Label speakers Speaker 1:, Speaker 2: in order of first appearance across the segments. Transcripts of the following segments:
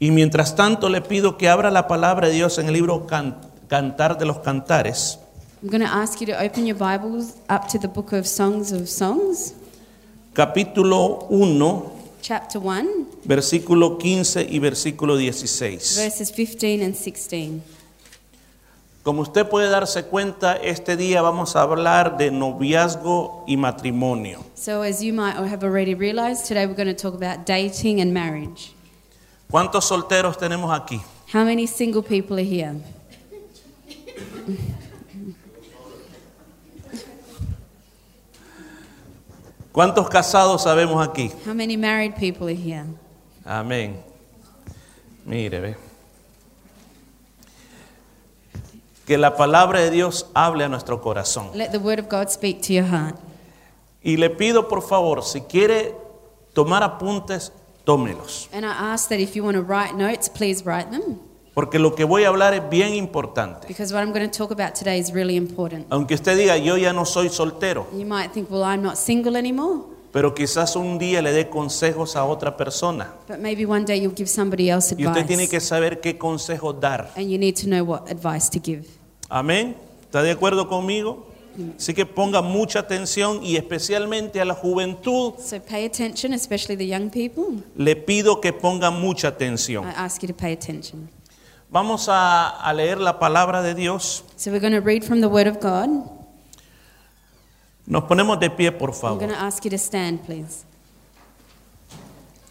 Speaker 1: Y mientras tanto le pido que abra la palabra de Dios en el libro Can- Cantar de los Cantares.
Speaker 2: I'm going to ask you to open your Bibles up to the book of Songs of Songs,
Speaker 1: capítulo 1,
Speaker 2: chapter 1,
Speaker 1: versículo 15 y versículo 16.
Speaker 2: verses 15 and 16.
Speaker 1: Como usted puede darse cuenta, este día vamos a hablar de noviazgo y matrimonio.
Speaker 2: So, as you might or have already realized, today we're going to talk about dating and marriage.
Speaker 1: ¿Cuántos solteros tenemos aquí?
Speaker 2: How many single people are here?
Speaker 1: ¿Cuántos casados sabemos aquí?
Speaker 2: How many married people are here?
Speaker 1: Amén. Mire, ve. Que la palabra de Dios hable a nuestro corazón.
Speaker 2: Let the word of God speak to your heart.
Speaker 1: Y le pido, por favor, si quiere tomar apuntes, tómelos.
Speaker 2: And I ask that if you want to write notes, please write them,
Speaker 1: Porque lo que voy a hablar es bien importante.
Speaker 2: because what I'm going to talk about today is really important.
Speaker 1: Aunque usted diga, yo ya no soy soltero,
Speaker 2: You might think, well, I'm not single anymore,
Speaker 1: pero quizás un día le dé consejos a otra persona.
Speaker 2: but maybe one day you'll give somebody else
Speaker 1: Y usted tiene
Speaker 2: advice.
Speaker 1: que saber qué consejos dar.
Speaker 2: And you need to know what advice to give.
Speaker 1: Amén. ¿Está de acuerdo conmigo? Así que ponga mucha atención y especialmente a la juventud
Speaker 2: So pay attention, especially the young people.
Speaker 1: le pido que ponga mucha atención.
Speaker 2: I ask you to pay attention.
Speaker 1: Vamos a, a leer la palabra de Dios.
Speaker 2: So we're going to read from the Word of God.
Speaker 1: Nos ponemos de pie, por
Speaker 2: I'm going
Speaker 1: favor.
Speaker 2: to ask you to stand, please.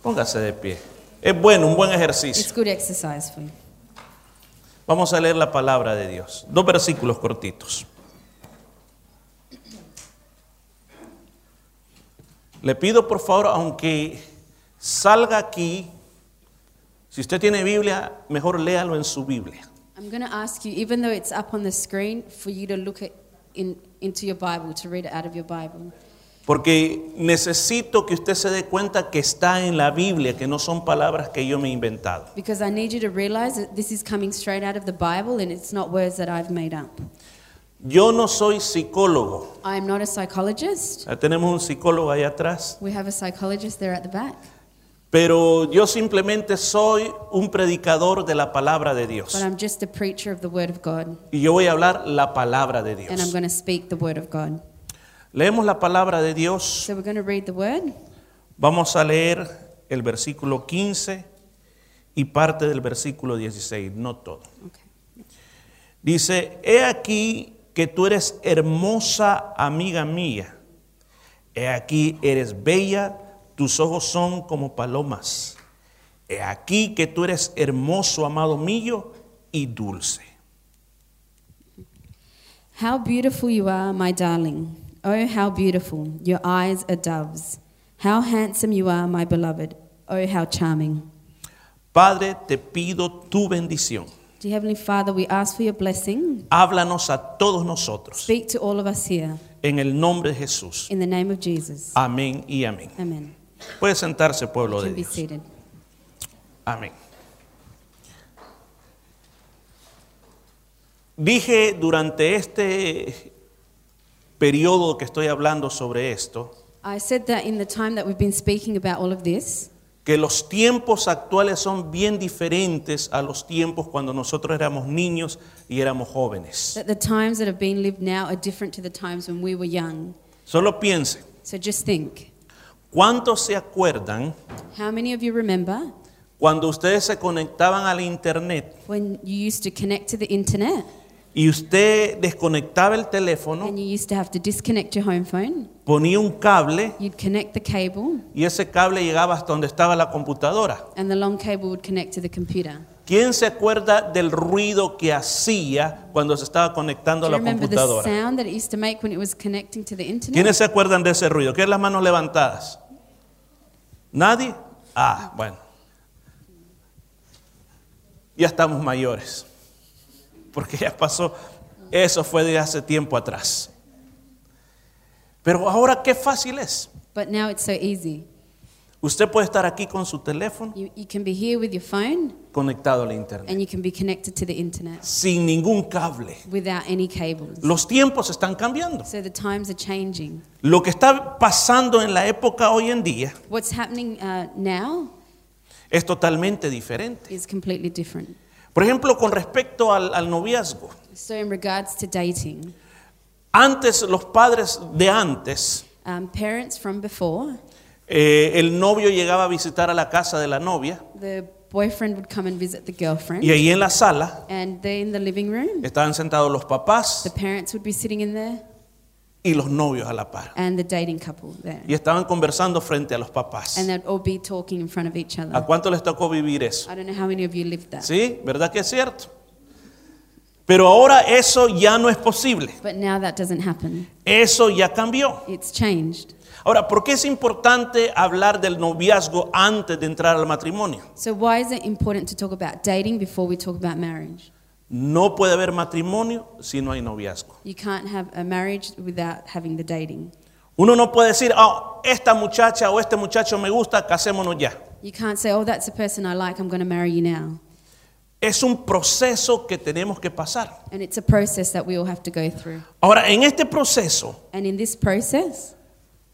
Speaker 1: Póngase de pie. Es bueno, un buen
Speaker 2: It's
Speaker 1: ejercicio.
Speaker 2: good exercise for you.
Speaker 1: Vamos a leer la palabra de Dios. Dos versículos cortitos. Le pido por favor, aunque salga aquí, si usted tiene Biblia, mejor léalo en su Biblia.
Speaker 2: I'm going to ask you, even though it's up on the screen, for you to look at in, into your Bible, to read it out of your Bible.
Speaker 1: Porque necesito que usted se dé cuenta que está en la Biblia, que no son palabras que yo me he inventado.
Speaker 2: Because I need you to realize that this is coming straight out of the Bible and it's not words that I've made up.
Speaker 1: Yo no soy psicólogo.
Speaker 2: I am not a psychologist.
Speaker 1: Ah, Tenemos un psicólogo ahí atrás.
Speaker 2: We have a psychologist there at the back.
Speaker 1: Pero yo simplemente soy un predicador de la palabra de
Speaker 2: But
Speaker 1: Dios.
Speaker 2: I'm just a preacher of the Word of God
Speaker 1: Y yo voy a hablar la palabra de
Speaker 2: and I'm
Speaker 1: Dios.
Speaker 2: going to speak the Word of God.
Speaker 1: Leemos la palabra de Dios.
Speaker 2: So we're going to read the Word.
Speaker 1: Vamos a leer el versículo 15 y parte del versículo 16, no todo.
Speaker 2: Okay.
Speaker 1: Dice, he aquí que tú eres hermosa amiga mía. He aquí eres bella, tus ojos son como palomas. He aquí que tú eres hermoso, amado mío, y dulce.
Speaker 2: How beautiful you are, my darling. Oh, how beautiful. Your eyes are doves. How handsome you are, my beloved. Oh, how charming.
Speaker 1: Padre, te pido tu bendición.
Speaker 2: Dear Heavenly Father, we ask for your blessing.
Speaker 1: Háblanos a todos nosotros.
Speaker 2: Speak to all of us here
Speaker 1: En el nombre de Jesús.
Speaker 2: in the name of Jesus.
Speaker 1: Amén y amén.
Speaker 2: Amen.
Speaker 1: Puede sentarse, pueblo
Speaker 2: You
Speaker 1: de
Speaker 2: can be
Speaker 1: Dios.
Speaker 2: seated.
Speaker 1: Amén. Dije durante este periodo que estoy hablando sobre esto,
Speaker 2: I said that in the time that we've been speaking about all of this,
Speaker 1: que los tiempos actuales son bien diferentes a los tiempos cuando nosotros éramos niños y éramos jóvenes.
Speaker 2: that the times that have been lived now are different to the times when we were young.
Speaker 1: Solo piense,
Speaker 2: So just think
Speaker 1: ¿cuántos se acuerdan
Speaker 2: how many of you remember
Speaker 1: cuando ustedes se conectaban al internet
Speaker 2: when you used to connect to the internet
Speaker 1: y usted desconectaba el teléfono,
Speaker 2: and you used to have to disconnect your home phone?
Speaker 1: ponía un cable
Speaker 2: You'd connect the cable,
Speaker 1: y ese cable llegaba hasta donde estaba la computadora?
Speaker 2: and the long cable would connect to the computer.
Speaker 1: ¿Quién se acuerda del ruido que hacía cuando se estaba conectando
Speaker 2: Do
Speaker 1: a
Speaker 2: you
Speaker 1: la
Speaker 2: remember the
Speaker 1: computadora?
Speaker 2: sound that it used to make when it was connecting to the internet?
Speaker 1: ¿Quiénes se acuerdan de ese ruido? ¿Qué es las manos levantadas? ¿Nadie? Ah, bueno. Ya estamos mayores. Porque ya pasó. Eso fue de hace tiempo atrás. Pero ahora qué fácil es.
Speaker 2: But now it's so easy.
Speaker 1: Usted puede estar aquí con su teléfono
Speaker 2: You, you can be here with your phone,
Speaker 1: conectado al internet.
Speaker 2: and you can be connected to the internet
Speaker 1: Sin ningún cable.
Speaker 2: without any cables.
Speaker 1: Los tiempos están cambiando.
Speaker 2: So the times are changing.
Speaker 1: Lo que está pasando en la época hoy en día
Speaker 2: What's happening uh, now
Speaker 1: Es totalmente diferente.
Speaker 2: is completely different.
Speaker 1: Por ejemplo, con respecto al, al noviazgo.
Speaker 2: So, in regards to dating,
Speaker 1: Antes, los padres de antes,
Speaker 2: um, parents from before,
Speaker 1: eh, el novio llegaba a visitar a la casa de la novia
Speaker 2: the boyfriend would come and visit the girlfriend,
Speaker 1: y ahí en la sala
Speaker 2: and they in the living room,
Speaker 1: estaban sentados los
Speaker 2: the
Speaker 1: papás
Speaker 2: parents would be sitting in there,
Speaker 1: y los novios a la par.
Speaker 2: and the dating couple there.
Speaker 1: Y estaban conversando frente a los papás.
Speaker 2: And they'd all be talking in front of each
Speaker 1: ¿A
Speaker 2: other.
Speaker 1: cuánto les tocó vivir eso?
Speaker 2: I don't know how many of you lived that.
Speaker 1: ¿Sí? ¿Verdad que es cierto? Pero ahora eso ya no es posible.
Speaker 2: But now that doesn't happen.
Speaker 1: Eso ya cambió.
Speaker 2: It's changed.
Speaker 1: Ahora, ¿por qué es importante hablar del noviazgo antes de entrar al matrimonio?
Speaker 2: So, why is it important to talk about dating before we talk about marriage?
Speaker 1: No puede haber matrimonio si no hay noviazgo.
Speaker 2: You can't have a marriage without having the dating.
Speaker 1: Uno no puede decir, "Ah, esta muchacha o este muchacho me gusta, casémonos ya.
Speaker 2: You can't say, oh, that's a person I like, I'm going to marry you now.
Speaker 1: Es un proceso que tenemos que pasar.
Speaker 2: And it's a process that we all have to go through.
Speaker 1: Ahora, en este proceso,
Speaker 2: And in this process,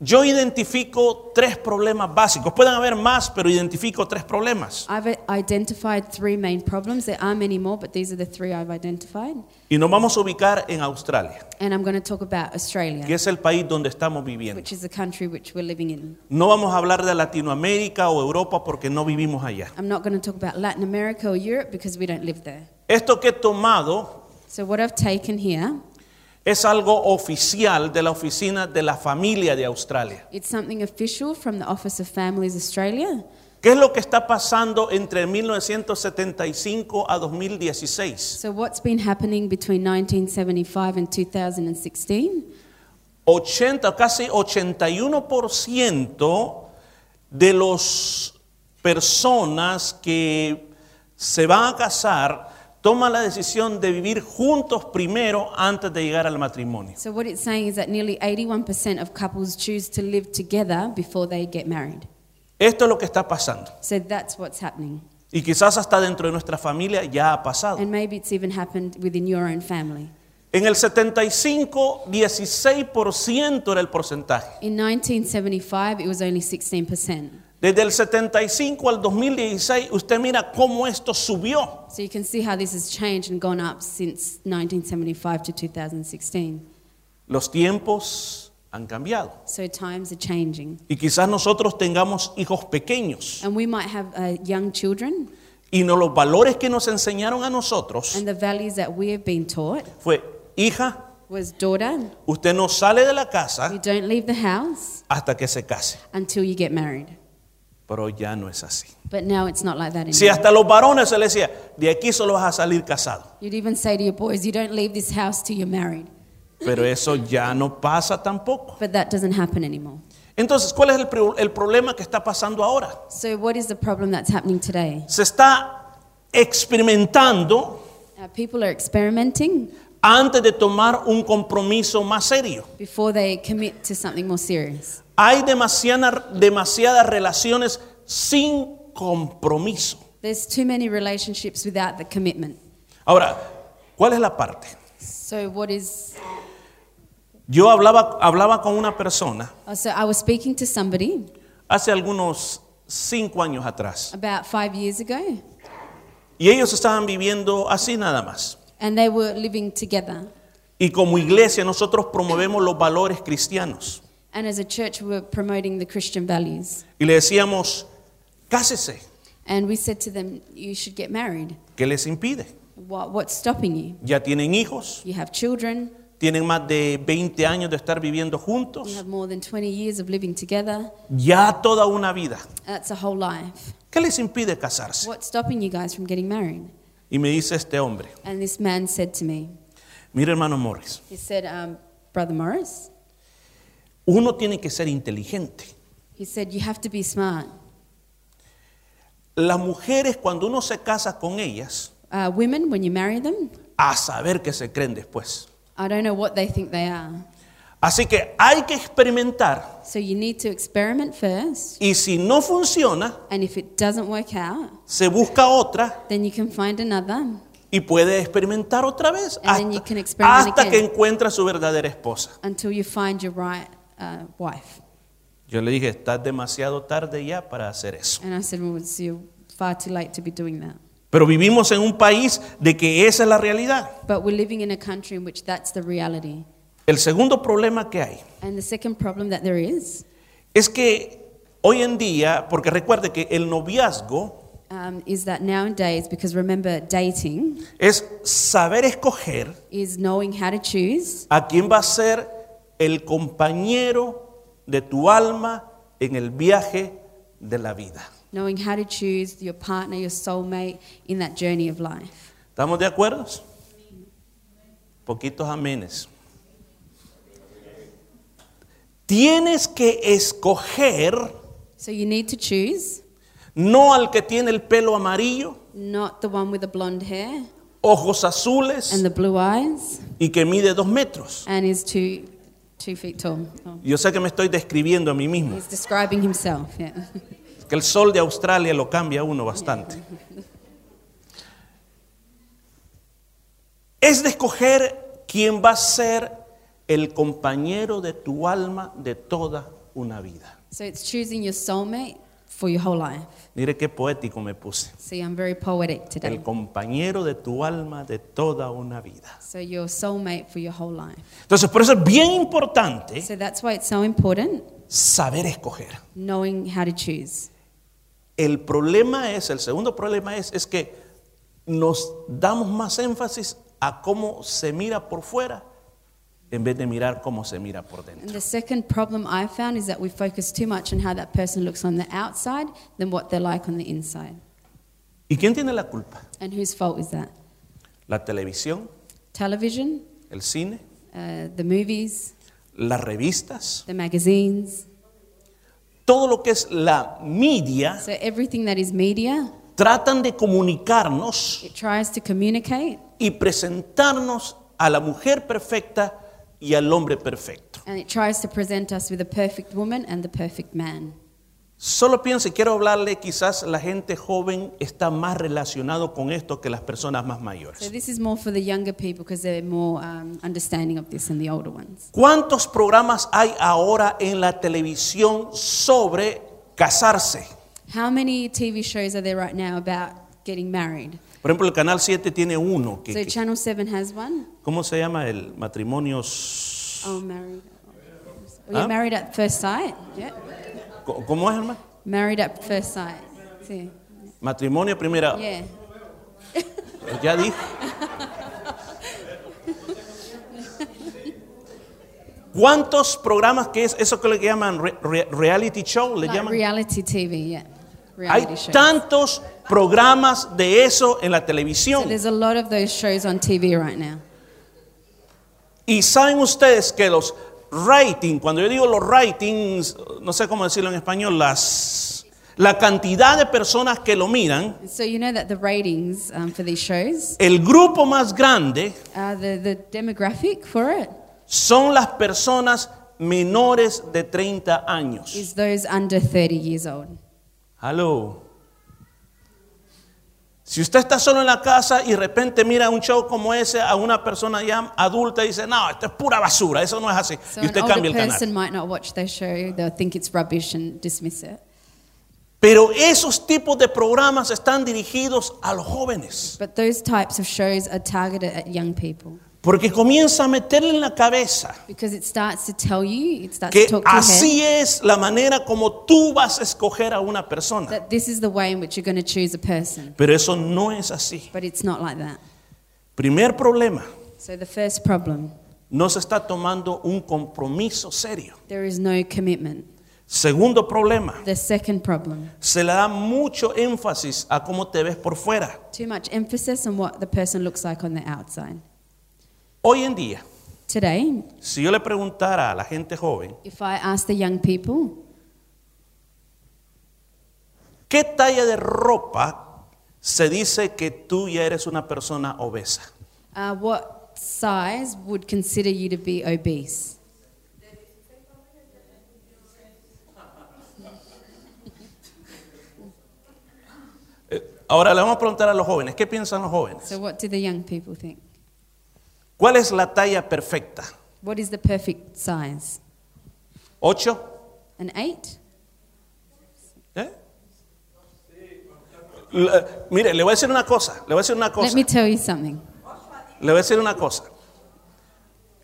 Speaker 1: yo identifico tres problemas básicos. Pueden haber más, pero identifico tres problemas.
Speaker 2: I've identified three main problems. There are many more, but these are the three I've identified.
Speaker 1: Y nos vamos a ubicar en Australia,
Speaker 2: And I'm going to talk about Australia,
Speaker 1: que es el país donde estamos viviendo.
Speaker 2: which is the country which we're living in.
Speaker 1: No vamos a hablar de Latinoamérica o Europa porque no vivimos allá.
Speaker 2: I'm not going to talk about Latin America or Europe because we don't live there.
Speaker 1: Esto que he tomado
Speaker 2: So, what I've taken here,
Speaker 1: es algo oficial de la oficina de la familia de Australia.
Speaker 2: it's something official from the Office of Families Australia.
Speaker 1: ¿Qué es lo que está pasando entre 1975 a 2016?
Speaker 2: So, what's been happening between 1975 and 2016?
Speaker 1: 80, casi 81% de las personas que se van a casar toman la decisión de vivir juntos primero antes de llegar al matrimonio.
Speaker 2: So, what it's saying is that nearly 81% of couples choose to live together before they get married.
Speaker 1: Esto es lo que está pasando.
Speaker 2: So, that's what's happening.
Speaker 1: Y quizás hasta dentro de nuestra familia ya ha pasado.
Speaker 2: And maybe it's even happened within your own family.
Speaker 1: En el 75, 16% era el porcentaje.
Speaker 2: In 1975, it was only 16%.
Speaker 1: Desde el 75 al 2016, usted mira cómo esto subió.
Speaker 2: So you can see how this has changed and gone up since 1975 to 2016.
Speaker 1: Los tiempos han cambiado.
Speaker 2: So times are changing.
Speaker 1: Y quizás nosotros tengamos hijos pequeños
Speaker 2: And we might have uh, young children,
Speaker 1: y no los valores que nos enseñaron a nosotros
Speaker 2: and the values that we have been taught
Speaker 1: fue, hija,
Speaker 2: was daughter,
Speaker 1: usted no sale de la
Speaker 2: you
Speaker 1: casa
Speaker 2: don't leave the house
Speaker 1: hasta que se case.
Speaker 2: until you get married.
Speaker 1: Pero ya no es así.
Speaker 2: But now it's not like that anymore.
Speaker 1: Si hasta los varones se les decía, de aquí solo vas a salir casado.
Speaker 2: You'd even say to your boys, you don't leave this house till you're married.
Speaker 1: Pero eso ya no pasa tampoco.
Speaker 2: But that doesn't happen anymore.
Speaker 1: Entonces, ¿cuál es el, pro- el problema que está pasando ahora?
Speaker 2: So what is the problem that's happening today?
Speaker 1: Se está experimentando
Speaker 2: Uh, people are experimenting
Speaker 1: antes de tomar un compromiso más serio.
Speaker 2: before they commit to something more serious.
Speaker 1: Hay demasiada- demasiadas relaciones sin compromiso.
Speaker 2: There's too many relationships without the commitment.
Speaker 1: Ahora, ¿cuál es la parte?
Speaker 2: So what is
Speaker 1: Yo hablaba, hablaba con una persona
Speaker 2: oh, so I was speaking to somebody
Speaker 1: hace algunos cinco años atrás
Speaker 2: about 5 years ago
Speaker 1: y ellos estaban viviendo así nada más.
Speaker 2: and they were living together
Speaker 1: Y como iglesia nosotros promovemos los valores cristianos
Speaker 2: and as a church we were promoting the Christian values
Speaker 1: y le decíamos, cásese,
Speaker 2: and we said to them you should get married.
Speaker 1: ¿qué les impide?
Speaker 2: What what's stopping you?
Speaker 1: Ya tienen hijos,
Speaker 2: You have children,
Speaker 1: tienen más de 20 años de estar viviendo
Speaker 2: you
Speaker 1: juntos,
Speaker 2: have more than 20 years of living together.
Speaker 1: ya toda una vida.
Speaker 2: That's a whole life.
Speaker 1: ¿Qué les impide casarse?
Speaker 2: What's stopping you guys from getting married?
Speaker 1: Y me dice este hombre,
Speaker 2: And this man said to me,
Speaker 1: mira hermano Morris,
Speaker 2: he said, um, Brother Morris,
Speaker 1: uno tiene que ser inteligente.
Speaker 2: he said, you have to be smart.
Speaker 1: Las mujeres cuando uno se casa con ellas,
Speaker 2: Uh, women, when you marry them,
Speaker 1: a saber qué se creen después.
Speaker 2: I don't know what they think they are.
Speaker 1: Así que hay que experimentar
Speaker 2: So you need to experiment first.
Speaker 1: y si no funciona,
Speaker 2: And if it doesn't work out,
Speaker 1: se busca otra
Speaker 2: then you can find another.
Speaker 1: y puede experimentar otra vez
Speaker 2: And
Speaker 1: hasta,
Speaker 2: then you can experiment
Speaker 1: hasta que
Speaker 2: again.
Speaker 1: encuentra a su verdadera esposa.
Speaker 2: until you find your right uh, wife.
Speaker 1: Yo le dije, estás demasiado tarde ya para hacer eso.
Speaker 2: And I said, well, it's, you, far too late to be doing that.
Speaker 1: Pero vivimos en un país de que esa es la realidad.
Speaker 2: But we're living in a country in which that's the reality.
Speaker 1: El segundo problema que hay
Speaker 2: And the second problem that there is
Speaker 1: es que hoy en día, porque recuerde que el noviazgo
Speaker 2: um, is that nowadays, because remember, dating
Speaker 1: es saber escoger
Speaker 2: is knowing how to choose
Speaker 1: a quién va a ser el compañero de tu alma en el viaje de la vida.
Speaker 2: knowing how to choose your partner, your soulmate in that journey of life.
Speaker 1: ¿Estamos de acuerdo? Poquitos amenes. Tienes que escoger
Speaker 2: So you need to choose
Speaker 1: no al que tiene el pelo amarillo,
Speaker 2: not the one with the blonde hair
Speaker 1: ojos
Speaker 2: and
Speaker 1: azules
Speaker 2: the blue eyes
Speaker 1: y que mide dos metros.
Speaker 2: and is two, two feet tall. Oh,
Speaker 1: Yo sé que me estoy describiendo a mí mismo,
Speaker 2: He's describing himself, yeah.
Speaker 1: que el sol de Australia lo cambia a uno bastante. Es de escoger quién va a ser el compañero de tu alma de toda una vida.
Speaker 2: So it's choosing your soulmate for your whole life.
Speaker 1: Mire qué poético me puse.
Speaker 2: See, I'm very poetic today.
Speaker 1: El compañero de tu alma de toda una vida.
Speaker 2: So your soulmate for your whole life.
Speaker 1: Entonces, por eso es bien importante
Speaker 2: So that's why it's so important
Speaker 1: saber escoger.
Speaker 2: knowing how to choose.
Speaker 1: El problema es, el segundo problema es, es que nos damos más énfasis a cómo se mira por fuera en vez de mirar cómo se mira por
Speaker 2: And
Speaker 1: dentro.
Speaker 2: the second problem I found is that we focus too much on how that person looks on the outside than what they're like on the inside.
Speaker 1: ¿Y quién tiene la culpa?
Speaker 2: And whose fault is that?
Speaker 1: ¿La televisión?
Speaker 2: Television,
Speaker 1: ¿El cine?
Speaker 2: uh, the movies,
Speaker 1: ¿Las revistas?
Speaker 2: the magazines.
Speaker 1: Todo lo que es la media
Speaker 2: So everything that is media,
Speaker 1: tratan de comunicarnos
Speaker 2: it tries to communicate
Speaker 1: y presentarnos a la mujer perfecta y al hombre perfecto.
Speaker 2: and it tries to present us with a perfect woman and the perfect man.
Speaker 1: Solo piense, quiero hablarle, quizás la gente joven está más relacionado con esto que las personas más
Speaker 2: So
Speaker 1: mayores.
Speaker 2: this is more for the younger people because they're more um, understanding of this than the older ones.
Speaker 1: ¿Cuántos programas hay ahora en la televisión sobre casarse?
Speaker 2: How many TV shows are there right now about getting married?
Speaker 1: Por ejemplo, el Canal 7 tiene uno. Que,
Speaker 2: So
Speaker 1: que-
Speaker 2: Channel 7 has one.
Speaker 1: ¿Cómo se llama? El matrimonio... s-
Speaker 2: Oh, married. Oh,
Speaker 1: Huh?
Speaker 2: you're married at first sight? Yeah.
Speaker 1: co- ¿Cómo es, hermano?
Speaker 2: Married at first sight. See.
Speaker 1: Matrimonio primera...
Speaker 2: Yeah.
Speaker 1: Ya dije. ¿Cuántos programas que es eso que le llaman re- re- reality show? Le
Speaker 2: Like
Speaker 1: llaman?
Speaker 2: reality TV, yeah.
Speaker 1: Hay
Speaker 2: Reality shows.
Speaker 1: tantos programas de eso en la
Speaker 2: So
Speaker 1: televisión.
Speaker 2: there's a lot of those shows on TV right now.
Speaker 1: Y saben ustedes que los ratings, cuando yo digo los ratings, no sé cómo decirlo en español, las la cantidad de personas que lo miran,
Speaker 2: So you know that the ratings um, for these shows,
Speaker 1: el grupo más grande
Speaker 2: uh, the, the demographic for it
Speaker 1: son las personas menores de 30 años.
Speaker 2: is those under 30 years old.
Speaker 1: Aló. Si usted está solo en la casa y de repente mira un show como ese a una persona ya adulta y dice, no, esto es pura basura, eso no es así.
Speaker 2: So
Speaker 1: y
Speaker 2: an
Speaker 1: usted cambia
Speaker 2: older
Speaker 1: el canal.
Speaker 2: person might not watch their show, they'll think it's rubbish and dismiss it.
Speaker 1: Pero esos tipos de programas están dirigidos a los jóvenes.
Speaker 2: But those types of shows are targeted at young people
Speaker 1: Porque comienza a meterle en la cabeza
Speaker 2: because it starts to tell you, it starts
Speaker 1: que
Speaker 2: to talk to you
Speaker 1: así es la manera como tú vas a escoger a una persona.
Speaker 2: that this is the way in which you're going to choose a person.
Speaker 1: Pero eso no es así.
Speaker 2: But it's not like that.
Speaker 1: Primer problema,
Speaker 2: So the first problem,
Speaker 1: no se está tomando un compromiso serio.
Speaker 2: there is no commitment.
Speaker 1: Segundo problema,
Speaker 2: The second problem,
Speaker 1: se le da mucho énfasis a cómo te ves por fuera.
Speaker 2: too much emphasis on what the person looks like on the outside.
Speaker 1: Hoy en día,
Speaker 2: Today,
Speaker 1: si yo le preguntara a la gente joven,
Speaker 2: if I ask the young people,
Speaker 1: ¿qué talla de ropa se dice que tú ya eres una persona obesa?
Speaker 2: uh, what size would consider you to be obese?
Speaker 1: Eh, Ahora le vamos a preguntar a los jóvenes, ¿qué piensan los jóvenes?
Speaker 2: So what do the young people think?
Speaker 1: ¿Cuál es la talla perfecta?
Speaker 2: What is the perfect size?
Speaker 1: ¿Ocho?
Speaker 2: An eight?
Speaker 1: ¿Eh? La- mire, le voy a decir una cosa, le voy a decir una
Speaker 2: Let
Speaker 1: cosa,
Speaker 2: me tell you something.
Speaker 1: le voy a decir una cosa.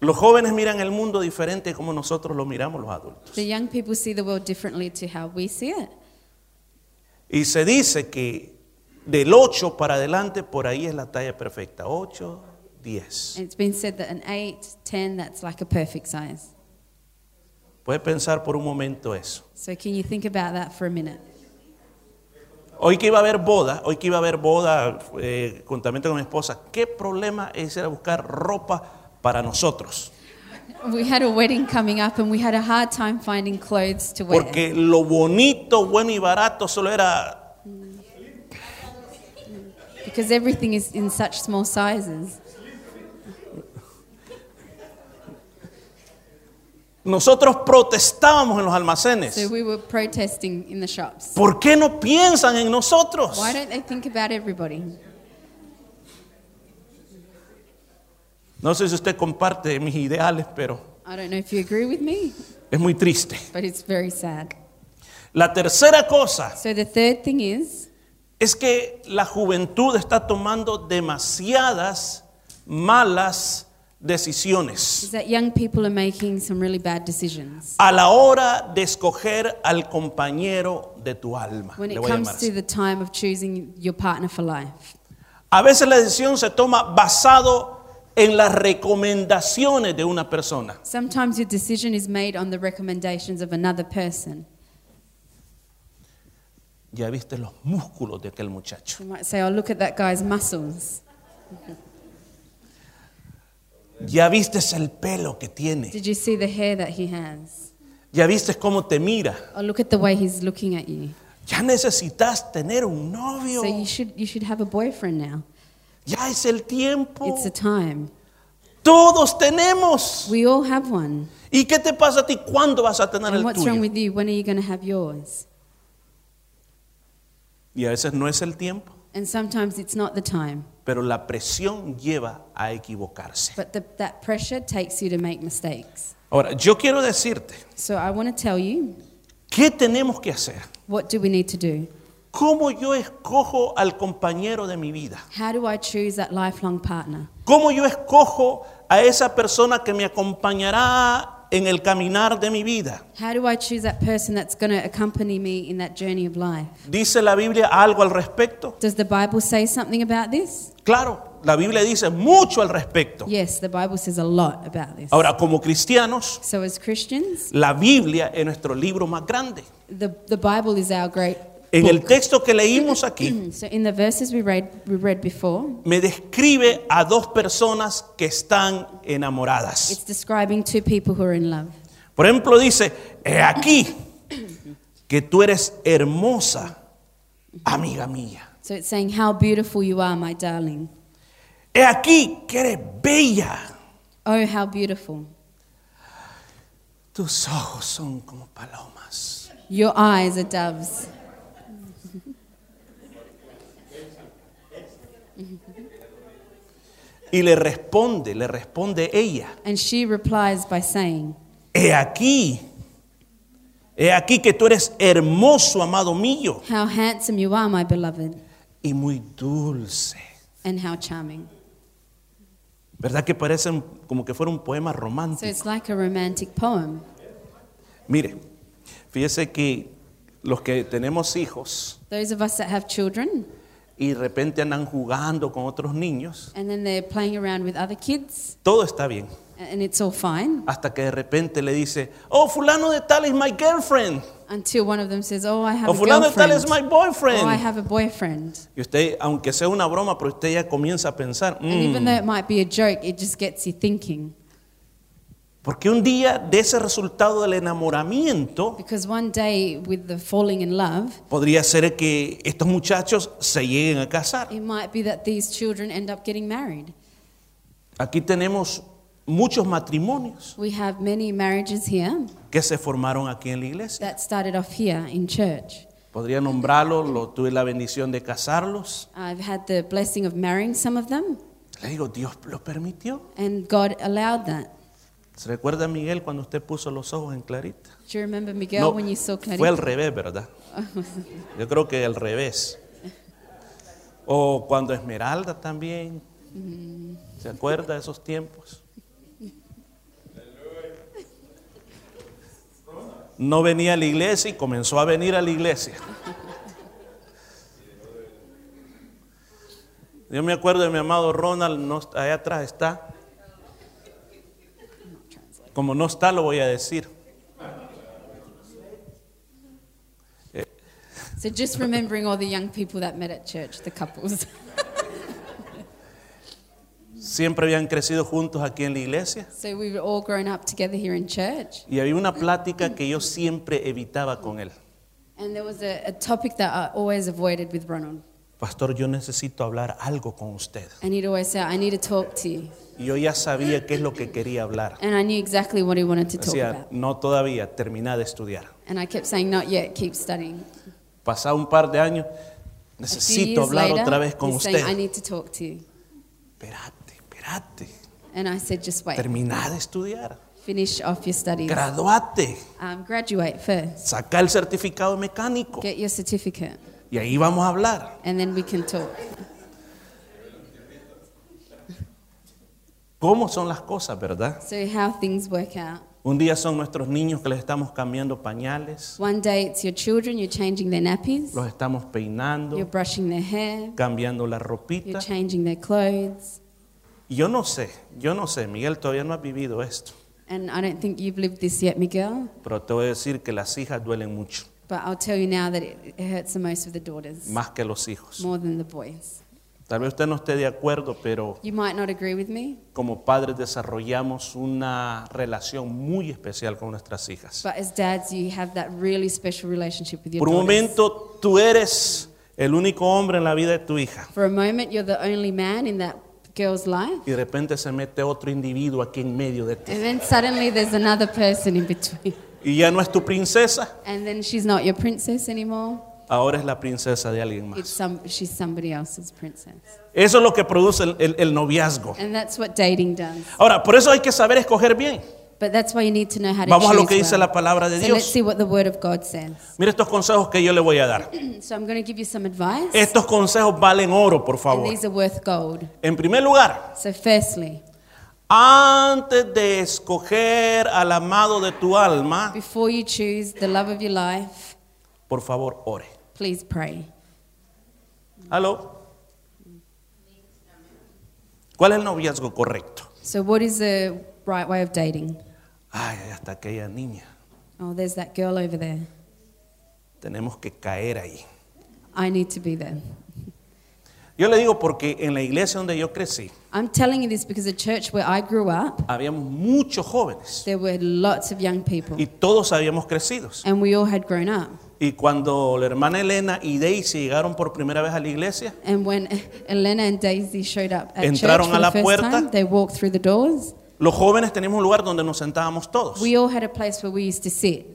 Speaker 1: Los jóvenes miran el mundo diferente como nosotros lo miramos los adultos.
Speaker 2: The young people see the world differently to how we see it.
Speaker 1: Y se dice que del 8 para adelante, por ahí es la talla perfecta. 8, 10.
Speaker 2: And it's been said that an 8, 10, that's like a perfect size.
Speaker 1: Puede pensar por un momento eso.
Speaker 2: So can you think about that for a minute?
Speaker 1: Hoy que iba a haber boda, hoy que iba a haber boda, eh, juntamente con mi esposa, ¿qué problema es ir a buscar ropa para nosotros?
Speaker 2: We had a wedding coming up and we had a hard time finding clothes to wear.
Speaker 1: Porque lo bonito, bueno y barato solo era
Speaker 2: Because everything is in such small sizes.
Speaker 1: Nosotros protestábamos en los almacenes.
Speaker 2: So we were protesting in the shops.
Speaker 1: ¿Por qué no piensan en nosotros?
Speaker 2: Why don't they think about everybody?
Speaker 1: No sé si usted comparte mis ideales, pero
Speaker 2: I don't know if you agree with me,
Speaker 1: es muy triste.
Speaker 2: but it's very sad.
Speaker 1: La tercera cosa
Speaker 2: So the third thing is
Speaker 1: es que la juventud está tomando demasiadas malas decisiones
Speaker 2: is that young people are making some really bad decisions
Speaker 1: a la hora de escoger al compañero de tu alma.
Speaker 2: when
Speaker 1: le
Speaker 2: it
Speaker 1: voy a
Speaker 2: comes
Speaker 1: llamar
Speaker 2: to
Speaker 1: así.
Speaker 2: the time of choosing your partner for life.
Speaker 1: A veces la decisión se toma basado en las recomendaciones de una persona.
Speaker 2: Sometimes your decision is made on the recommendations of another person.
Speaker 1: Ya viste los músculos de aquel muchacho.
Speaker 2: You might say, "Oh, look at that guy's muscles.
Speaker 1: Ya vistes el pelo que tiene.
Speaker 2: Did you see the hair that he has?
Speaker 1: Ya vistes cómo te mira.
Speaker 2: Oh, look at the way he's looking at you."
Speaker 1: Ya necesitas tener un novio.
Speaker 2: So you should you should have a boyfriend now.
Speaker 1: Ya es el tiempo.
Speaker 2: It's the time.
Speaker 1: Todos tenemos.
Speaker 2: We all have one.
Speaker 1: ¿Y qué te pasa a ti? ¿Cuándo vas a tener
Speaker 2: And
Speaker 1: el
Speaker 2: what's wrong
Speaker 1: tuyo?
Speaker 2: with you? When are you going to have yours?
Speaker 1: Y a veces no es el tiempo,
Speaker 2: And sometimes it's not the time,
Speaker 1: pero la presión lleva a equivocarse.
Speaker 2: but the, that pressure takes you to make mistakes.
Speaker 1: Ahora, yo quiero decirte,
Speaker 2: So I want to tell you,
Speaker 1: ¿qué tenemos que hacer?
Speaker 2: what do we need to do?
Speaker 1: ¿Cómo yo escojo al compañero de mi vida?
Speaker 2: How do I choose that lifelong partner?
Speaker 1: ¿Cómo yo escojo a esa persona que me acompañará en el caminar de mi vida?
Speaker 2: How do I choose that person that's going to accompany me in that journey of life?
Speaker 1: ¿Dice la Biblia algo al respecto?
Speaker 2: Does the Bible say something about this?
Speaker 1: Claro, la Biblia dice mucho al respecto.
Speaker 2: Yes, the Bible says a lot about this.
Speaker 1: Ahora, como cristianos,
Speaker 2: So as Christians,
Speaker 1: la Biblia es nuestro libro más grande.
Speaker 2: the, the Bible is our great
Speaker 1: En el
Speaker 2: book.
Speaker 1: texto que leímos aquí,
Speaker 2: So in the verses we read, we read before,
Speaker 1: me describe a dos personas que están
Speaker 2: It's
Speaker 1: enamoradas.
Speaker 2: describing two people who are in love.
Speaker 1: Por ejemplo, dice, he aquí que tú eres hermosa, amiga mía.
Speaker 2: So it's saying, How beautiful you are, my darling.
Speaker 1: He aquí que eres bella.
Speaker 2: Oh, how beautiful.
Speaker 1: Tus ojos son como palomas.
Speaker 2: Your eyes are doves.
Speaker 1: Y le responde, le responde ella.
Speaker 2: And she replies by saying,
Speaker 1: He aquí, he aquí que tú eres hermoso, amado mío,
Speaker 2: How handsome you are, my beloved,
Speaker 1: y muy dulce.
Speaker 2: and how charming.
Speaker 1: ¿Verdad que parecen como que fuera un poema
Speaker 2: So
Speaker 1: romántico?
Speaker 2: it's like a romantic poem.
Speaker 1: Mire, fíjese que los que tenemos hijos
Speaker 2: Those of us that have children
Speaker 1: y de repente andan jugando con otros niños,
Speaker 2: and then they're playing around with other kids
Speaker 1: todo está bien.
Speaker 2: and it's all fine
Speaker 1: Hasta que de repente le dice, oh, fulano de tal es my girlfriend,
Speaker 2: until one of them says, Oh, I have
Speaker 1: o
Speaker 2: a
Speaker 1: fulano de tal
Speaker 2: girlfriend.
Speaker 1: es my
Speaker 2: Oh, I
Speaker 1: boyfriend.
Speaker 2: have a boyfriend.
Speaker 1: Y usted, aunque sea una broma, pero usted ya comienza a pensar,
Speaker 2: And
Speaker 1: "Mm,
Speaker 2: even though it might be a joke, it just gets you thinking.
Speaker 1: Porque un día de ese resultado del enamoramiento
Speaker 2: Because one day, with the falling in love,
Speaker 1: podría ser que estos muchachos se lleguen a casar.
Speaker 2: it might be that these children end up getting married.
Speaker 1: Aquí tenemos muchos matrimonios
Speaker 2: We have many marriages here
Speaker 1: que se formaron aquí en la iglesia.
Speaker 2: that started off here in church.
Speaker 1: Podría nombrarlos, lo, tuve la bendición de casarlos.
Speaker 2: I've had the blessing of marrying some of them,
Speaker 1: Le digo, Dios lo permitió.
Speaker 2: and God allowed that.
Speaker 1: ¿Se recuerda Miguel cuando usted puso los ojos en Clarita?
Speaker 2: Do you remember Miguel
Speaker 1: No,
Speaker 2: when you saw
Speaker 1: fue al
Speaker 2: Clarita?
Speaker 1: revés, ¿verdad? Yo creo que al revés. O cuando Esmeralda también. ¿Se acuerda de esos tiempos? No venía a la iglesia y comenzó a venir a la iglesia. Yo me acuerdo de mi amado Ronald, no, está- allá atrás está. Como no está, lo voy a decir.
Speaker 2: So just remembering all the young people that met at church, the couples.
Speaker 1: Siempre habían crecido juntos aquí en la iglesia.
Speaker 2: So we were all grown up together here in church.
Speaker 1: Y había una plática que yo siempre evitaba con él.
Speaker 2: And there was a, a topic that I always avoided with Ronald.
Speaker 1: Pastor, yo necesito hablar algo con usted.
Speaker 2: And he'd always say, I need to talk to you.
Speaker 1: Y yo ya sabía qué es lo que quería hablar.
Speaker 2: And I knew exactly what he wanted to talk
Speaker 1: Decía,
Speaker 2: about.
Speaker 1: no todavía, termina de estudiar.
Speaker 2: And I kept saying, Not yet, keep studying.
Speaker 1: Pasado un par de años,
Speaker 2: A few
Speaker 1: necesito
Speaker 2: years
Speaker 1: hablar
Speaker 2: later,
Speaker 1: otra vez con
Speaker 2: he's saying, I
Speaker 1: usted.
Speaker 2: need to talk to you.
Speaker 1: Espérate, espérate.
Speaker 2: And I said, Just wait,
Speaker 1: Termina de estudiar.
Speaker 2: finish off your studies,
Speaker 1: Graduate.
Speaker 2: um, graduate first,
Speaker 1: Saca el certificado mecánico.
Speaker 2: get your certificate,
Speaker 1: Y ahí vamos a hablar.
Speaker 2: and then we can talk.
Speaker 1: ¿Cómo son las cosas, verdad?
Speaker 2: So, how things work out.
Speaker 1: Un día son nuestros niños que les estamos cambiando pañales,
Speaker 2: One day it's your children, you're changing their nappies,
Speaker 1: los estamos
Speaker 2: you're
Speaker 1: peinando,
Speaker 2: brushing their hair,
Speaker 1: cambiando la
Speaker 2: you're
Speaker 1: ropita.
Speaker 2: changing their clothes.
Speaker 1: Y Yo no sé, yo no sé, Miguel todavía no has vivido esto,
Speaker 2: And I don't think you've lived this yet, Miguel,
Speaker 1: pero te voy a decir que las hijas duelen mucho,
Speaker 2: but I'll tell you now that it it hurts the most with the daughters,
Speaker 1: más que los hijos.
Speaker 2: more than the boys.
Speaker 1: Tal vez usted no esté de acuerdo, pero
Speaker 2: You might not agree with me,
Speaker 1: como padres desarrollamos una relación muy especial con nuestras hijas.
Speaker 2: but as dads, you have that really special relationship with your
Speaker 1: Por un
Speaker 2: daughters.
Speaker 1: momento tú eres el único hombre en la vida de tu hija.
Speaker 2: For a moment, you're the only man in that girl's life,
Speaker 1: y de repente se mete otro individuo aquí en medio de ti.
Speaker 2: and then suddenly there's another person in between.
Speaker 1: Y ya no es tu princesa,
Speaker 2: And then she's not your princess anymore.
Speaker 1: ahora es la princesa de alguien
Speaker 2: It's
Speaker 1: más.
Speaker 2: some, she's somebody else's princess.
Speaker 1: Eso es lo que produce el, el- el noviazgo.
Speaker 2: And that's what dating does.
Speaker 1: Ahora, por eso hay que saber escoger bien.
Speaker 2: But that's why you need to know how to
Speaker 1: Vamos a
Speaker 2: choose
Speaker 1: lo que dice
Speaker 2: well.
Speaker 1: la palabra de
Speaker 2: So let's
Speaker 1: Dios.
Speaker 2: see what the word of God says.
Speaker 1: Mira estos consejos que yo le voy a dar.
Speaker 2: so I'm going to give you some advice.
Speaker 1: Estos consejos valen oro, por
Speaker 2: and
Speaker 1: favor.
Speaker 2: these are worth gold.
Speaker 1: En primer lugar,
Speaker 2: So firstly,
Speaker 1: antes de escoger al amado de tu alma,
Speaker 2: before you choose the love of your life,
Speaker 1: por favor, ore.
Speaker 2: please pray.
Speaker 1: ¿Aló? ¿Cuál es el noviazgo correcto?
Speaker 2: So what is the right way of dating?
Speaker 1: Ay, hasta aquella niña.
Speaker 2: Oh, there's that girl over there.
Speaker 1: Tenemos que caer ahí.
Speaker 2: I need to be there.
Speaker 1: Yo le digo porque en la iglesia donde yo crecí,
Speaker 2: I'm telling you this because the church where I grew up,
Speaker 1: habíamos muchos jóvenes
Speaker 2: there were lots of young people.
Speaker 1: y todos habíamos crecido.
Speaker 2: and we all had grown up.
Speaker 1: Y cuando la hermana Elena y Daisy llegaron por primera vez a la iglesia,
Speaker 2: And when Elena and Daisy showed up at
Speaker 1: Entraron
Speaker 2: church for
Speaker 1: a la
Speaker 2: the first
Speaker 1: puerta.
Speaker 2: time, they walked through the doors.
Speaker 1: los jóvenes teníamos un lugar donde nos sentábamos todos.
Speaker 2: We all had a place where we used to sit.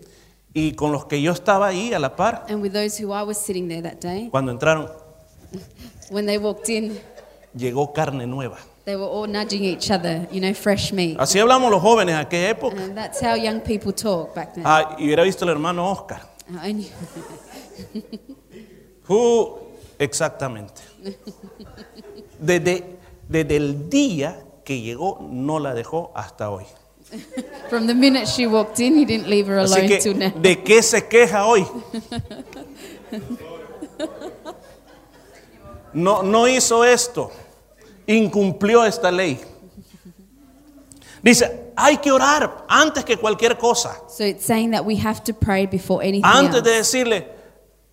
Speaker 1: Y con los que yo estaba ahí a la par,
Speaker 2: And with those who I was sitting there that day,
Speaker 1: cuando entraron,
Speaker 2: when they walked in,
Speaker 1: llegó carne nueva.
Speaker 2: they were all nudging each other, you know, fresh meat.
Speaker 1: Así hablamos los jóvenes en aquella época.
Speaker 2: And that's how young people talk back then.
Speaker 1: Ah, y hubiera visto el hermano Oscar.
Speaker 2: And you-
Speaker 1: Who- exactamente. Desde, desde el día que llegó, no la dejó hasta hoy.
Speaker 2: from the minute she walked in, you didn't leave her
Speaker 1: Así
Speaker 2: alone
Speaker 1: que,
Speaker 2: till now.
Speaker 1: ¿de qué se queja hoy? No, no hizo esto, incumplió esta ley. Dice, hay que orar antes que cualquier cosa,
Speaker 2: So it's saying that we have to pray before anything
Speaker 1: antes de
Speaker 2: else.
Speaker 1: decirle,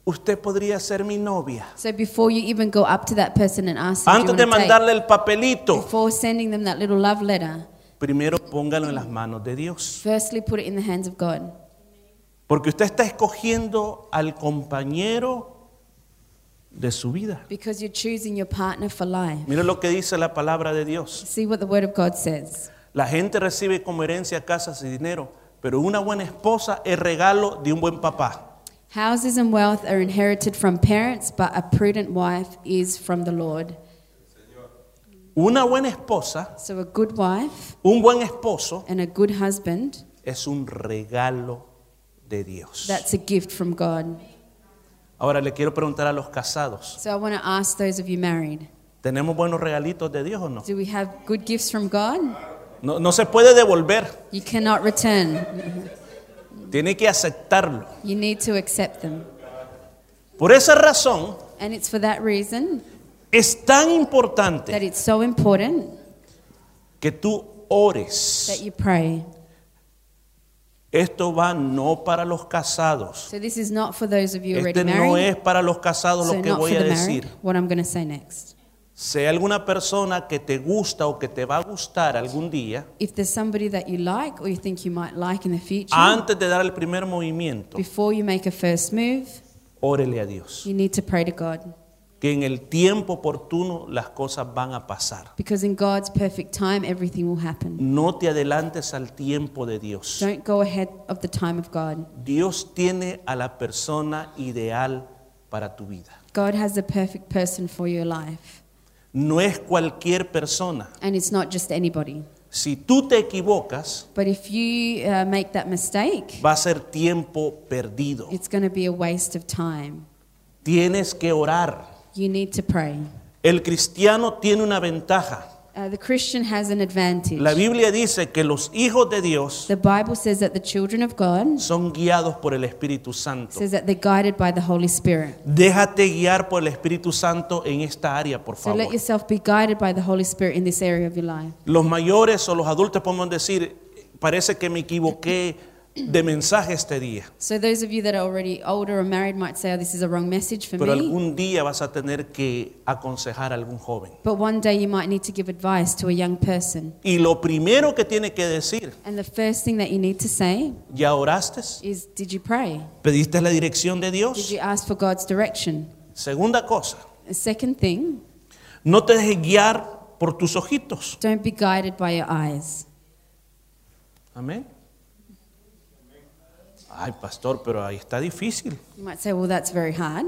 Speaker 1: usted podría ser mi novia,
Speaker 2: So before you even go up to that person and ask them, "Do you
Speaker 1: antes de
Speaker 2: wanna date?"
Speaker 1: mandarle el papelito,
Speaker 2: before sending them that little love letter,
Speaker 1: primero póngalo en las manos de Dios,
Speaker 2: firstly put it in the hands of God.
Speaker 1: porque usted está escogiendo al compañero de su vida.
Speaker 2: Because you're choosing your partner for life.
Speaker 1: Mire lo que dice la palabra de Dios.
Speaker 2: See what the Word of God says.
Speaker 1: La gente recibe como herencia casas y dinero, pero una buena esposa es regalo de un buen papá.
Speaker 2: Houses and wealth are inherited from parents, but a prudent wife is from the Lord.
Speaker 1: Una buena esposa,
Speaker 2: So a good wife
Speaker 1: un buen esposo
Speaker 2: and a good husband,
Speaker 1: es un regalo de Dios.
Speaker 2: that's a gift from God.
Speaker 1: Ahora le quiero preguntar a los casados,
Speaker 2: So I want to ask those of you married
Speaker 1: ¿tenemos buenos regalitos de Dios o no?
Speaker 2: do we have good gifts from God?
Speaker 1: No, no se puede devolver,
Speaker 2: You cannot return,
Speaker 1: tiene que aceptarlo.
Speaker 2: you need to accept them.
Speaker 1: Por esa razón
Speaker 2: And it's for that reason
Speaker 1: es tan importante
Speaker 2: that it's so important
Speaker 1: que tú
Speaker 2: that
Speaker 1: ores.
Speaker 2: you pray.
Speaker 1: Esto va no para los casados.
Speaker 2: So this is not for those of you already
Speaker 1: Este no
Speaker 2: married.
Speaker 1: es para los casados
Speaker 2: So
Speaker 1: lo que
Speaker 2: not for
Speaker 1: voy a
Speaker 2: the married.
Speaker 1: decir.
Speaker 2: What I'm going to say next.
Speaker 1: Si hay alguna persona que te gusta o que te va a gustar algún día,
Speaker 2: If there's somebody that you like or you think you might like in the future,
Speaker 1: antes de dar el primer movimiento,
Speaker 2: before you make a first move,
Speaker 1: órele a Dios.
Speaker 2: you need to pray to God.
Speaker 1: Que en el tiempo oportuno las cosas van a pasar.
Speaker 2: Because in God's perfect time, everything will happen.
Speaker 1: No te adelantes al tiempo de Dios.
Speaker 2: Don't go ahead of the time of God.
Speaker 1: Dios tiene a la persona ideal para tu vida.
Speaker 2: God has the perfect person for your life.
Speaker 1: No es cualquier persona.
Speaker 2: And it's not just anybody.
Speaker 1: Si tú te equivocas,
Speaker 2: But if you uh, make that mistake,
Speaker 1: va a ser tiempo perdido.
Speaker 2: it's going to be a waste of time.
Speaker 1: Tienes que orar.
Speaker 2: You need to pray.
Speaker 1: El cristiano tiene una ventaja.
Speaker 2: Uh, the Christian has an advantage.
Speaker 1: La Biblia dice que los hijos de Dios
Speaker 2: The Bible says that the children of God
Speaker 1: son guiados por el Espíritu Santo.
Speaker 2: says that they're guided by the Holy Spirit.
Speaker 1: Déjate guiar por el Espíritu Santo en esta área, por
Speaker 2: So
Speaker 1: favor.
Speaker 2: let yourself be guided by the Holy Spirit in this area of your life.
Speaker 1: Los mayores o los adultos podemos decir, parece que me equivoqué de mensaje este día,
Speaker 2: So those of you that are already older or married might say, "Oh, this is a wrong message for
Speaker 1: pero
Speaker 2: me."
Speaker 1: algún día vas a tener que aconsejar a algún joven.
Speaker 2: But one day you might need to give advice to a young person.
Speaker 1: Y lo primero que tiene que decir,
Speaker 2: And the first thing that you need to say
Speaker 1: ¿ya oraste?
Speaker 2: is, "Did you pray?
Speaker 1: ¿Pediste la dirección de
Speaker 2: Did
Speaker 1: Dios?
Speaker 2: you ask for God's direction?"
Speaker 1: Segunda cosa,
Speaker 2: The second thing,
Speaker 1: no te dejes guiar por tus ojitos.
Speaker 2: don't be guided by your eyes.
Speaker 1: Amén. Ay, pastor, pero ahí está difícil.
Speaker 2: You might say, "Well, that's very hard.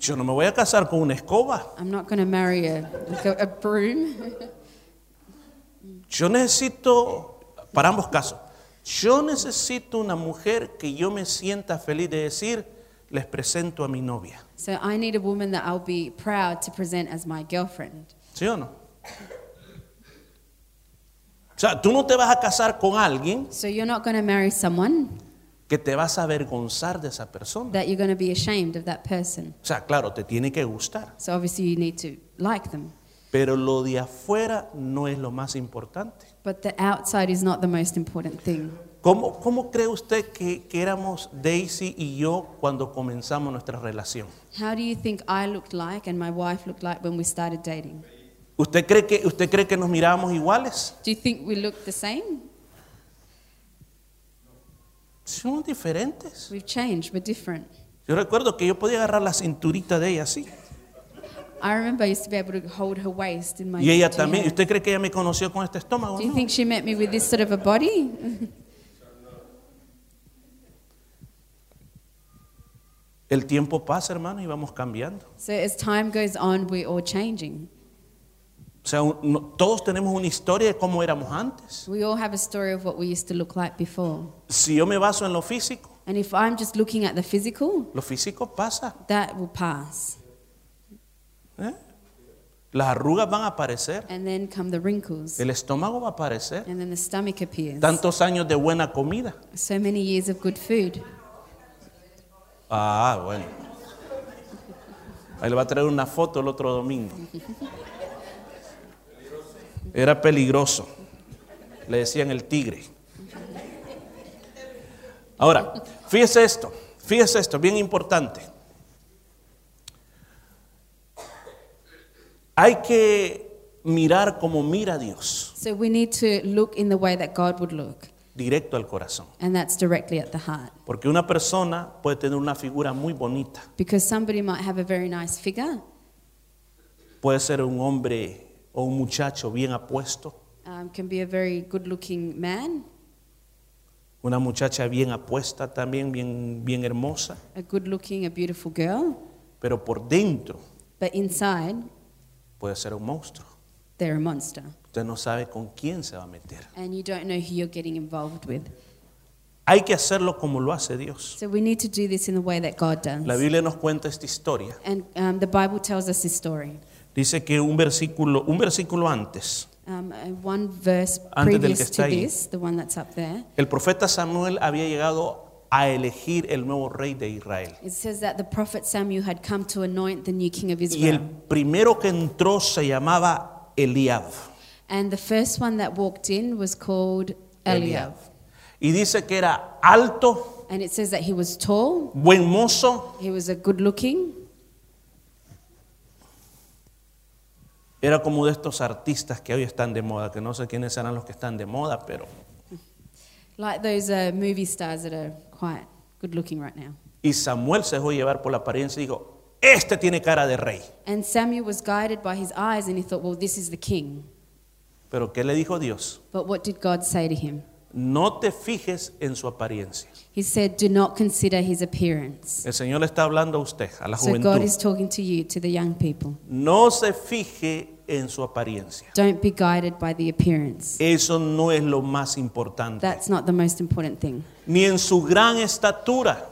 Speaker 1: Yo no me voy a casar con una escoba.
Speaker 2: I'm not going to marry a like a, a broom."
Speaker 1: Yo necesito, para ambos casos, yo necesito una mujer que yo me sienta feliz de decir, les presento a mi novia.
Speaker 2: so I need a woman that I'll be proud to present as my girlfriend.
Speaker 1: ¿Sí o no? O sea, tú no te vas a casar con alguien
Speaker 2: So you're not going to marry someone
Speaker 1: que te vas a avergonzar de esa persona.
Speaker 2: that you're going to be ashamed of that person.
Speaker 1: O sea, claro, te tiene que gustar,
Speaker 2: So obviously you need to like them.
Speaker 1: pero lo de afuera no es lo más importante.
Speaker 2: But the outside is not the most important thing.
Speaker 1: ¿Cómo, cómo cree usted que, que éramos Daisy y yo cuando comenzamos nuestra relación?
Speaker 2: How do you think I looked like and my wife looked like when we started dating?
Speaker 1: ¿Usted cree que, usted cree que nos mirábamos iguales?
Speaker 2: Do you think we looked the same?
Speaker 1: Somos diferentes.
Speaker 2: We've changed, we're different.
Speaker 1: Yo recuerdo que yo podía agarrar la cinturita de ella así.
Speaker 2: I remember I used to be able to hold her waist in my
Speaker 1: Y ella
Speaker 2: two
Speaker 1: también. ¿Y
Speaker 2: hands.
Speaker 1: ¿Usted cree que ella me conoció con este estómago?
Speaker 2: Do you
Speaker 1: No.
Speaker 2: think she met me with this sort of a body?
Speaker 1: El tiempo pasa, hermano, y vamos cambiando.
Speaker 2: so as time goes on, we're all changing.
Speaker 1: O sea, un- no- todos tenemos una historia de cómo éramos antes.
Speaker 2: We all have a story of what we used to look like before.
Speaker 1: Si yo me baso en lo físico,
Speaker 2: And if I'm just looking at the physical,
Speaker 1: lo físico pasa.
Speaker 2: that will pass.
Speaker 1: ¿eh? Las arrugas van a aparecer.
Speaker 2: And then come the wrinkles.
Speaker 1: El estómago va a aparecer.
Speaker 2: And then the stomach appears.
Speaker 1: Tantos años de buena comida.
Speaker 2: So many years of good food.
Speaker 1: Ah, bueno. Ahí le va a traer una foto el otro domingo. Era peligroso. Le decían el tigre. Ahora, fíjese esto, fíjese esto, bien importante. Hay que mirar como mira Dios,
Speaker 2: So we need to look in the way that God would look.
Speaker 1: directo al corazón.
Speaker 2: And that's directly at the heart.
Speaker 1: Porque una persona puede tener una figura muy bonita,
Speaker 2: Because somebody might have a very nice figure,
Speaker 1: puede ser un hombre o un muchacho bien apuesto,
Speaker 2: um, can be a very good looking man,
Speaker 1: una muchacha bien apuesta también, bien, bien hermosa,
Speaker 2: a good looking, a beautiful girl.
Speaker 1: pero por dentro
Speaker 2: But inside,
Speaker 1: puede ser un monstruo.
Speaker 2: they're a monster.
Speaker 1: Usted no sabe con quién se va a meter.
Speaker 2: And you don't know who you're getting involved with.
Speaker 1: Hay que hacerlo como lo hace Dios.
Speaker 2: So we need to do this in the way that God does.
Speaker 1: La Biblia nos cuenta esta historia.
Speaker 2: And um, the Bible tells us this story.
Speaker 1: Dice que un versículo, un versículo antes,
Speaker 2: Um, uh, one verse
Speaker 1: Antes del
Speaker 2: previous
Speaker 1: que
Speaker 2: to
Speaker 1: está ahí.
Speaker 2: this, the one that's up there,
Speaker 1: el profeta Samuel había llegado a elegir el nuevo rey de Israel.
Speaker 2: it says that the prophet Samuel had come to anoint the new king of
Speaker 1: Y
Speaker 2: Israel.
Speaker 1: el primero que entró se llamaba Eliab.
Speaker 2: And the first one that walked in was called Eliab.
Speaker 1: Y dice que era alto,
Speaker 2: And it says that he was tall,
Speaker 1: buen mozo,
Speaker 2: he was a good looking,
Speaker 1: era como de estos artistas que hoy están de moda, que no sé quiénes serán los que están de moda, pero...
Speaker 2: like those uh, movie stars that are quite good looking right now.
Speaker 1: Y Samuel se dejó llevar por la apariencia y dijo, este tiene cara de rey.
Speaker 2: And Samuel was guided by his eyes and he thought, well, this is the king.
Speaker 1: Pero ¿qué le dijo Dios?
Speaker 2: But what did God say to him?
Speaker 1: No te fijes en su apariencia.
Speaker 2: He said, do not consider his appearance.
Speaker 1: El Señor le está hablando a usted, a la
Speaker 2: So God
Speaker 1: juventud.
Speaker 2: is talking to you, to the young people.
Speaker 1: No se fije en su apariencia.
Speaker 2: Don't be guided by the appearance.
Speaker 1: Eso no es lo más importante.
Speaker 2: That's not the most important thing,
Speaker 1: Ni en su gran estatura.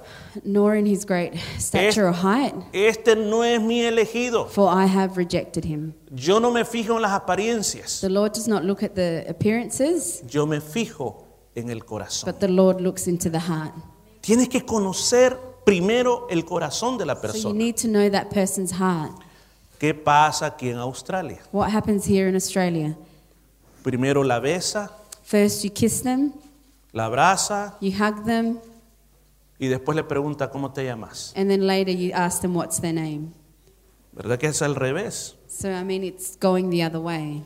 Speaker 2: nor in his great stature or height,
Speaker 1: Este no es mi elegido.
Speaker 2: for I have rejected him.
Speaker 1: Yo no me fijo en las apariencias.
Speaker 2: The Lord does not look at the appearances,
Speaker 1: Yo me fijo en el corazón.
Speaker 2: but the Lord looks into the heart.
Speaker 1: Tienes que conocer primero el corazón de la
Speaker 2: So you
Speaker 1: persona.
Speaker 2: need to know that person's heart.
Speaker 1: ¿Qué pasa aquí en Australia?
Speaker 2: What happens here in Australia?
Speaker 1: Primero la besa,
Speaker 2: First, you kiss them,
Speaker 1: la abraza
Speaker 2: you hug them,
Speaker 1: y después le pregunta cómo te llamas.
Speaker 2: and then later you ask them what's their name.
Speaker 1: ¿Verdad que es al revés?
Speaker 2: So, I mean, it's going the other way.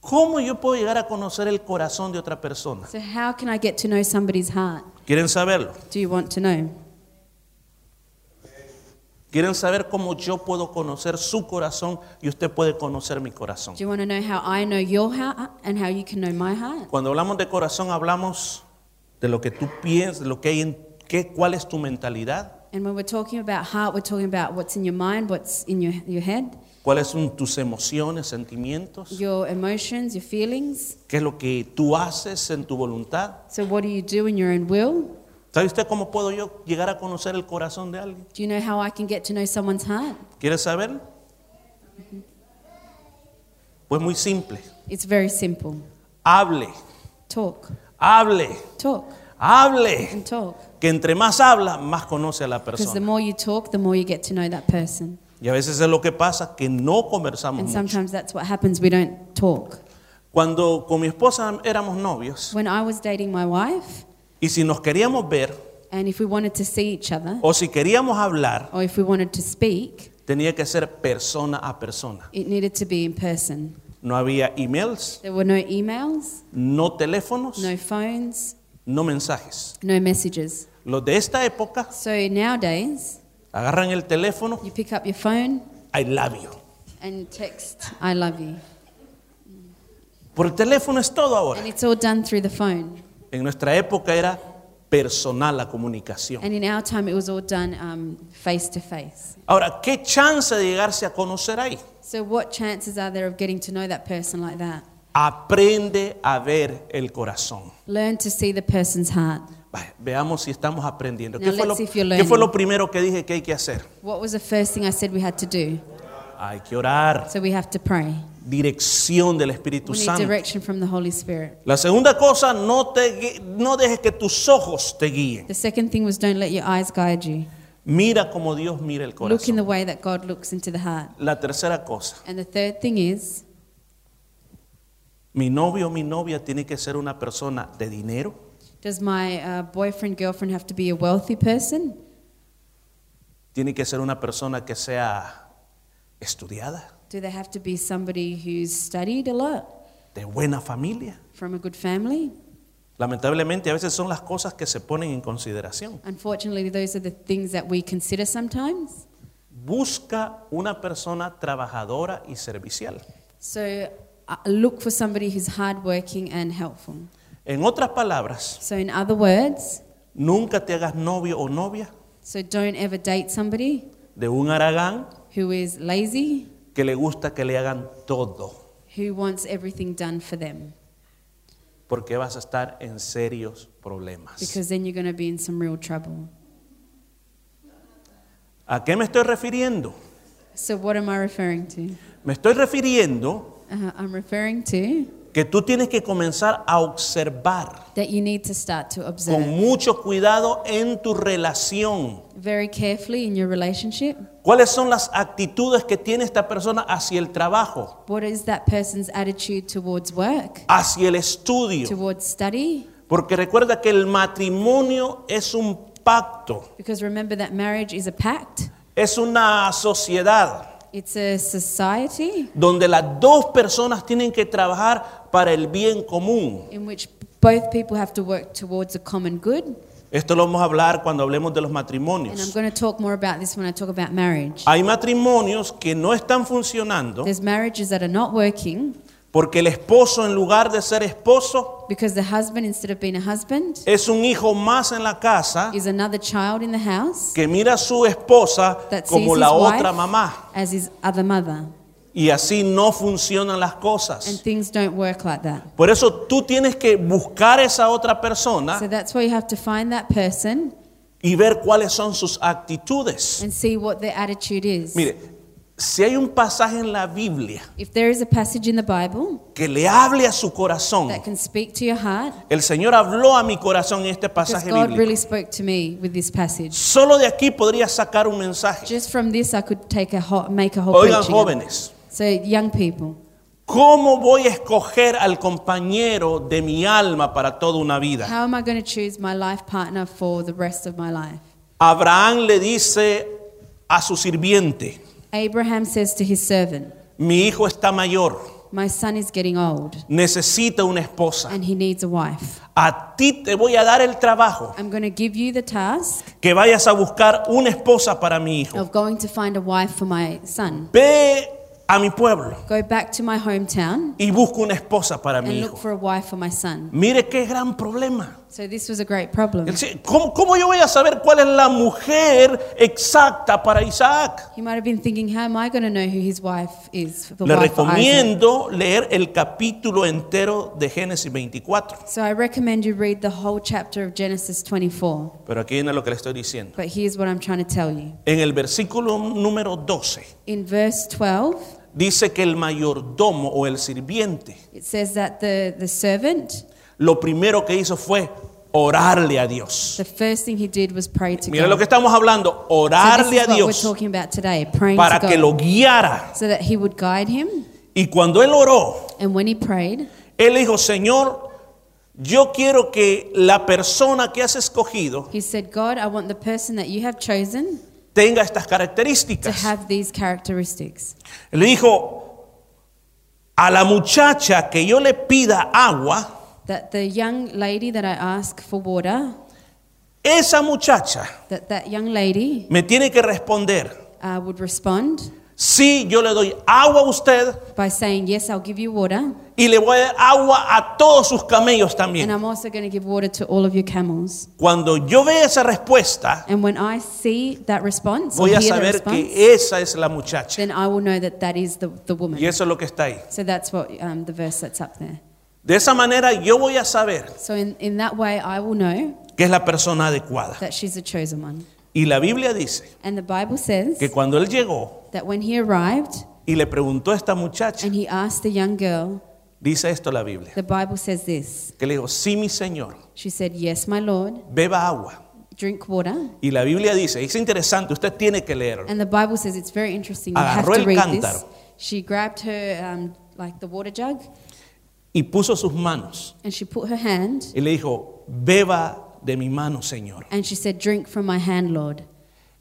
Speaker 1: ¿Cómo yo puedo llegar a conocer el corazón de otra persona?
Speaker 2: So, how can I get to know somebody's heart?
Speaker 1: ¿Quieren saberlo?
Speaker 2: Do you want to know?
Speaker 1: ¿Quieren saber cómo yo puedo conocer su corazón y usted puede conocer mi corazón?
Speaker 2: Do you want to know how I know your heart and how you can know my heart?
Speaker 1: Cuando hablamos de corazón hablamos de lo que tú piensas, de lo que hay en qué, cuál es tu mentalidad,
Speaker 2: And when we're talking about heart, we're talking about what's in your mind, what's in your, your head,
Speaker 1: cuáles son tus emociones, sentimientos,
Speaker 2: your emotions, your feelings.
Speaker 1: qué es lo que tú haces en tu voluntad.
Speaker 2: So, what do you do in your own will?
Speaker 1: ¿Sabe usted cómo puedo yo llegar a conocer el corazón de alguien?
Speaker 2: Do you know how I can get to know someone's heart?
Speaker 1: ¿Quieres saberlo? Pues muy simple.
Speaker 2: It's very simple
Speaker 1: Hable,
Speaker 2: talk,
Speaker 1: hable,
Speaker 2: talk,
Speaker 1: hable.
Speaker 2: and talk.
Speaker 1: Que entre más habla, más conoce a la
Speaker 2: Because the
Speaker 1: persona.
Speaker 2: more you talk, the more you get to know that person.
Speaker 1: Y a veces es lo que pasa, que no conversamos
Speaker 2: And
Speaker 1: mucho.
Speaker 2: sometimes that's what happens, we don't talk.
Speaker 1: Cuando con mi esposa éramos novios
Speaker 2: When I was dating my wife,
Speaker 1: y si nos queríamos ver
Speaker 2: and if we wanted to see each other,
Speaker 1: o si queríamos hablar,
Speaker 2: or if we wanted to speak,
Speaker 1: tenía que ser persona a persona.
Speaker 2: it needed to be in person.
Speaker 1: No había emails,
Speaker 2: There were no emails,
Speaker 1: no teléfonos,
Speaker 2: no phones,
Speaker 1: no mensajes.
Speaker 2: no messages.
Speaker 1: Los de esta época
Speaker 2: So nowadays,
Speaker 1: agarran el teléfono,
Speaker 2: you pick up your phone
Speaker 1: hay labio.
Speaker 2: and text, I love you.
Speaker 1: Por el teléfono es todo ahora.
Speaker 2: And it's all done through the phone.
Speaker 1: En nuestra época era personal la comunicación.
Speaker 2: And in our time, it was all done um, face to face.
Speaker 1: Ahora, ¿qué chance de llegarse a conocer ahí?
Speaker 2: So, what chances are there of getting to know that person like that?
Speaker 1: Aprende a ver el corazón.
Speaker 2: Learn to see the person's heart.
Speaker 1: Vaya, veamos si estamos aprendiendo.
Speaker 2: Now
Speaker 1: ¿Qué fue,
Speaker 2: let's
Speaker 1: lo,
Speaker 2: see if you're
Speaker 1: qué
Speaker 2: learning.
Speaker 1: fue lo primero que dije que hay que hacer?
Speaker 2: What was the first thing I said we had to do?
Speaker 1: Hay que orar.
Speaker 2: So, we have to pray.
Speaker 1: Dirección del Espíritu
Speaker 2: We need
Speaker 1: Santo.
Speaker 2: direction from the Holy Spirit.
Speaker 1: La segunda cosa, no, te, gui- no dejes que tus ojos te guíen.
Speaker 2: The second thing was don't let your eyes guide you.
Speaker 1: Mira como Dios mira el
Speaker 2: Look in
Speaker 1: corazón.
Speaker 2: the way that God looks into the heart.
Speaker 1: La tercera cosa,
Speaker 2: And the third thing is
Speaker 1: mi novio o mi novia tiene que ser una persona de dinero,
Speaker 2: Does my uh, boyfriend, girlfriend have to be a wealthy person?
Speaker 1: tiene que ser una persona que sea estudiada,
Speaker 2: Do they have to be somebody who's studied a lot
Speaker 1: de buena familia.
Speaker 2: from a good family?
Speaker 1: Lamentablemente a veces son las cosas que se ponen en consideración.
Speaker 2: Unfortunately, those are the things that we consider sometimes.
Speaker 1: Busca una persona trabajadora y servicial.
Speaker 2: So uh, look for somebody who's hardworking and helpful.
Speaker 1: En otras palabras,
Speaker 2: So, in other words,
Speaker 1: nunca te hagas novio o novia
Speaker 2: so don't ever date somebody
Speaker 1: de un aragán
Speaker 2: who is lazy,
Speaker 1: que le gusta que le hagan todo.
Speaker 2: who wants everything done for them.
Speaker 1: porque vas a estar en serios problemas.
Speaker 2: because then you're going to be in some real trouble.
Speaker 1: ¿A qué me estoy refiriendo?
Speaker 2: So, what am I referring to?
Speaker 1: Me estoy refiriendo
Speaker 2: Uh, I'm referring to
Speaker 1: que tú tienes que comenzar a observar
Speaker 2: that you need to start to observe
Speaker 1: con mucho cuidado en tu relación.
Speaker 2: very carefully in your relationship
Speaker 1: ¿Cuáles son las actitudes que tiene esta persona hacia el trabajo,
Speaker 2: what is that person's attitude towards work,
Speaker 1: hacia el estudio?
Speaker 2: towards study?
Speaker 1: Porque recuerda que el matrimonio es un pacto,
Speaker 2: Because remember that marriage is a pact,
Speaker 1: es una sociedad
Speaker 2: it's a society
Speaker 1: donde las dos personas tienen que trabajar para el bien común.
Speaker 2: in which both people have to work towards a common good.
Speaker 1: Esto lo vamos a hablar cuando hablemos de los
Speaker 2: And I'm
Speaker 1: matrimonios.
Speaker 2: going to talk more about this when I talk about marriage.
Speaker 1: Hay matrimonios que no están funcionando
Speaker 2: There's marriages that are not working
Speaker 1: porque el esposo en lugar de ser esposo
Speaker 2: because the husband, instead of being a husband,
Speaker 1: es un hijo más en la casa
Speaker 2: is another child in the house
Speaker 1: que mira a su esposa
Speaker 2: that sees
Speaker 1: como
Speaker 2: his
Speaker 1: la
Speaker 2: wife
Speaker 1: otra mamá.
Speaker 2: as his other mother.
Speaker 1: Y así no funcionan las
Speaker 2: And
Speaker 1: cosas.
Speaker 2: things don't work like that.
Speaker 1: Por eso tú tienes que buscar esa otra persona
Speaker 2: So that's why you have to find that person
Speaker 1: y ver cuáles son sus actitudes.
Speaker 2: and see what their attitude is.
Speaker 1: Mire, si hay un pasaje en la Biblia
Speaker 2: If there is a passage in the Bible
Speaker 1: que le hable a su corazón,
Speaker 2: that can speak to your heart,
Speaker 1: el Señor habló a mi corazón en este
Speaker 2: because
Speaker 1: pasaje
Speaker 2: God
Speaker 1: bíblico.
Speaker 2: really spoke to me with this passage.
Speaker 1: Solo de aquí podría sacar un mensaje.
Speaker 2: Just from this, I could take a whole, make a whole
Speaker 1: Oigan
Speaker 2: preaching.
Speaker 1: jóvenes,
Speaker 2: So young people,
Speaker 1: ¿cómo voy a escoger al compañero de mi alma para toda una vida?
Speaker 2: how am I going to choose my life partner for the rest of my life?
Speaker 1: Abraham le dice a su sirviente,
Speaker 2: Abraham says to his servant,
Speaker 1: mi hijo está mayor,
Speaker 2: "My son is getting old,
Speaker 1: necesita una esposa.
Speaker 2: and he needs a wife.
Speaker 1: A ti te voy a dar el trabajo
Speaker 2: I'm going to give you the task
Speaker 1: que vayas a buscar una esposa para mi hijo.
Speaker 2: of going to find a wife for my son.
Speaker 1: Ve a mi pueblo
Speaker 2: Go back to my hometown
Speaker 1: y busca una esposa para mi
Speaker 2: and look
Speaker 1: hijo.
Speaker 2: for a wife for my son."
Speaker 1: Mire qué gran problema.
Speaker 2: So this was a great problem.
Speaker 1: Él dice, ¿Cómo, ¿Cómo yo voy a saber cuál es la mujer exacta para Isaac?
Speaker 2: He might have been thinking, how am I going to know who his wife is? The
Speaker 1: Le
Speaker 2: wife of Isaac?"
Speaker 1: recomiendo leer el capítulo entero de Génesis 24.
Speaker 2: So I recommend you read the whole chapter of Genesis 24.
Speaker 1: Pero aquí viene lo que le estoy diciendo.
Speaker 2: But here's what I'm trying to tell you.
Speaker 1: En el versículo número 12
Speaker 2: In verse 12,
Speaker 1: dice que el mayordomo o el sirviente
Speaker 2: it says that the, the servant,
Speaker 1: lo primero que hizo fue orarle a Dios.
Speaker 2: the first thing he did was pray to
Speaker 1: Mira
Speaker 2: God.
Speaker 1: lo que estamos hablando,
Speaker 2: so this
Speaker 1: orarle
Speaker 2: is
Speaker 1: a
Speaker 2: what
Speaker 1: Dios
Speaker 2: we're talking about today, praying
Speaker 1: para
Speaker 2: to
Speaker 1: que
Speaker 2: God
Speaker 1: lo guiara.
Speaker 2: so that he would guide him.
Speaker 1: Y cuando él oró,
Speaker 2: And when he prayed,
Speaker 1: él dijo, Señor, yo quiero que la persona que has escogido
Speaker 2: he said, God, I want the person that you have chosen
Speaker 1: tenga estas
Speaker 2: to
Speaker 1: características.
Speaker 2: have these characteristics.
Speaker 1: Le dijo, a la muchacha que yo le pida agua,
Speaker 2: That the young lady that I ask for water,
Speaker 1: esa muchacha
Speaker 2: that that young lady
Speaker 1: me tiene que responder,
Speaker 2: uh, would respond
Speaker 1: sí, yo le doy agua a usted
Speaker 2: by saying, Yes, I'll give you water,
Speaker 1: y le voy a dar agua a todos sus camellos también.
Speaker 2: and I'm also going to give water to all of your camels.
Speaker 1: Cuando yo vea esa respuesta,
Speaker 2: And when I see that response, or
Speaker 1: voy a
Speaker 2: hear the
Speaker 1: saber
Speaker 2: response,
Speaker 1: que esa es la muchacha.
Speaker 2: then I will know that that is the, the woman.
Speaker 1: Y eso es lo que está ahí.
Speaker 2: So that's what um, the verse that's up there.
Speaker 1: De esa manera yo voy a saber
Speaker 2: So in, in that way, I will know
Speaker 1: que es la persona adecuada.
Speaker 2: that she's the chosen one.
Speaker 1: Y la Biblia dice
Speaker 2: And the Bible says
Speaker 1: que cuando él llegó
Speaker 2: that when he arrived
Speaker 1: y le preguntó a esta muchacha,
Speaker 2: and he asked the young girl,
Speaker 1: dice esto la Biblia,
Speaker 2: the Bible says this.
Speaker 1: que le dijo, sí mi Señor,
Speaker 2: She said, Yes, my Lord,
Speaker 1: beba agua.
Speaker 2: drink water.
Speaker 1: Y la Biblia dice, es interesante, usted tiene que leerlo.
Speaker 2: And the Bible says it's very interesting. You have
Speaker 1: Agarró
Speaker 2: to
Speaker 1: el
Speaker 2: read this.
Speaker 1: cántaro.
Speaker 2: She grabbed her um, like the water jug
Speaker 1: Y puso sus manos
Speaker 2: and she put her hand
Speaker 1: y le dijo, beba de mi mano, Señor.
Speaker 2: and she said, "Drink from my hand, Lord."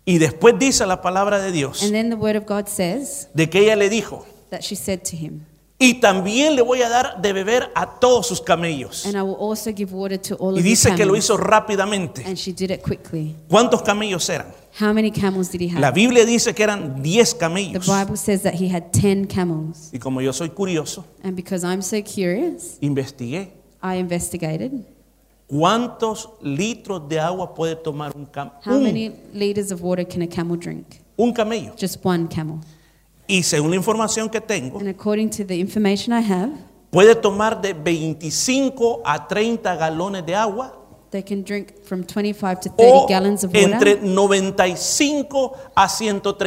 Speaker 1: Y después dice la palabra de Dios,
Speaker 2: And then the word of God says
Speaker 1: de que ella le dijo,
Speaker 2: that she said to him,
Speaker 1: y también le voy a dar de beber a todos sus camellos.
Speaker 2: "And I will also give water to all
Speaker 1: Y
Speaker 2: of
Speaker 1: dice
Speaker 2: you."
Speaker 1: que lo hizo rápidamente.
Speaker 2: And she did it quickly.
Speaker 1: ¿Cuántos camellos eran?
Speaker 2: How many camels did he have?
Speaker 1: La Biblia dice que eran 10
Speaker 2: the
Speaker 1: camellos.
Speaker 2: Bible says that he had 10 camels.
Speaker 1: Y como yo soy curioso,
Speaker 2: And because I'm so curious,
Speaker 1: investigué
Speaker 2: I investigated
Speaker 1: cuántos litros de agua puede tomar un, cam-
Speaker 2: how
Speaker 1: un,
Speaker 2: many liters of water can a camel drink?
Speaker 1: un camello.
Speaker 2: Just one camel.
Speaker 1: Y según la información que tengo,
Speaker 2: And according to the information I have,
Speaker 1: puede tomar de 25 a 30 galones de agua
Speaker 2: They can drink from 25 to 30
Speaker 1: o
Speaker 2: gallons of water,
Speaker 1: entre 95 a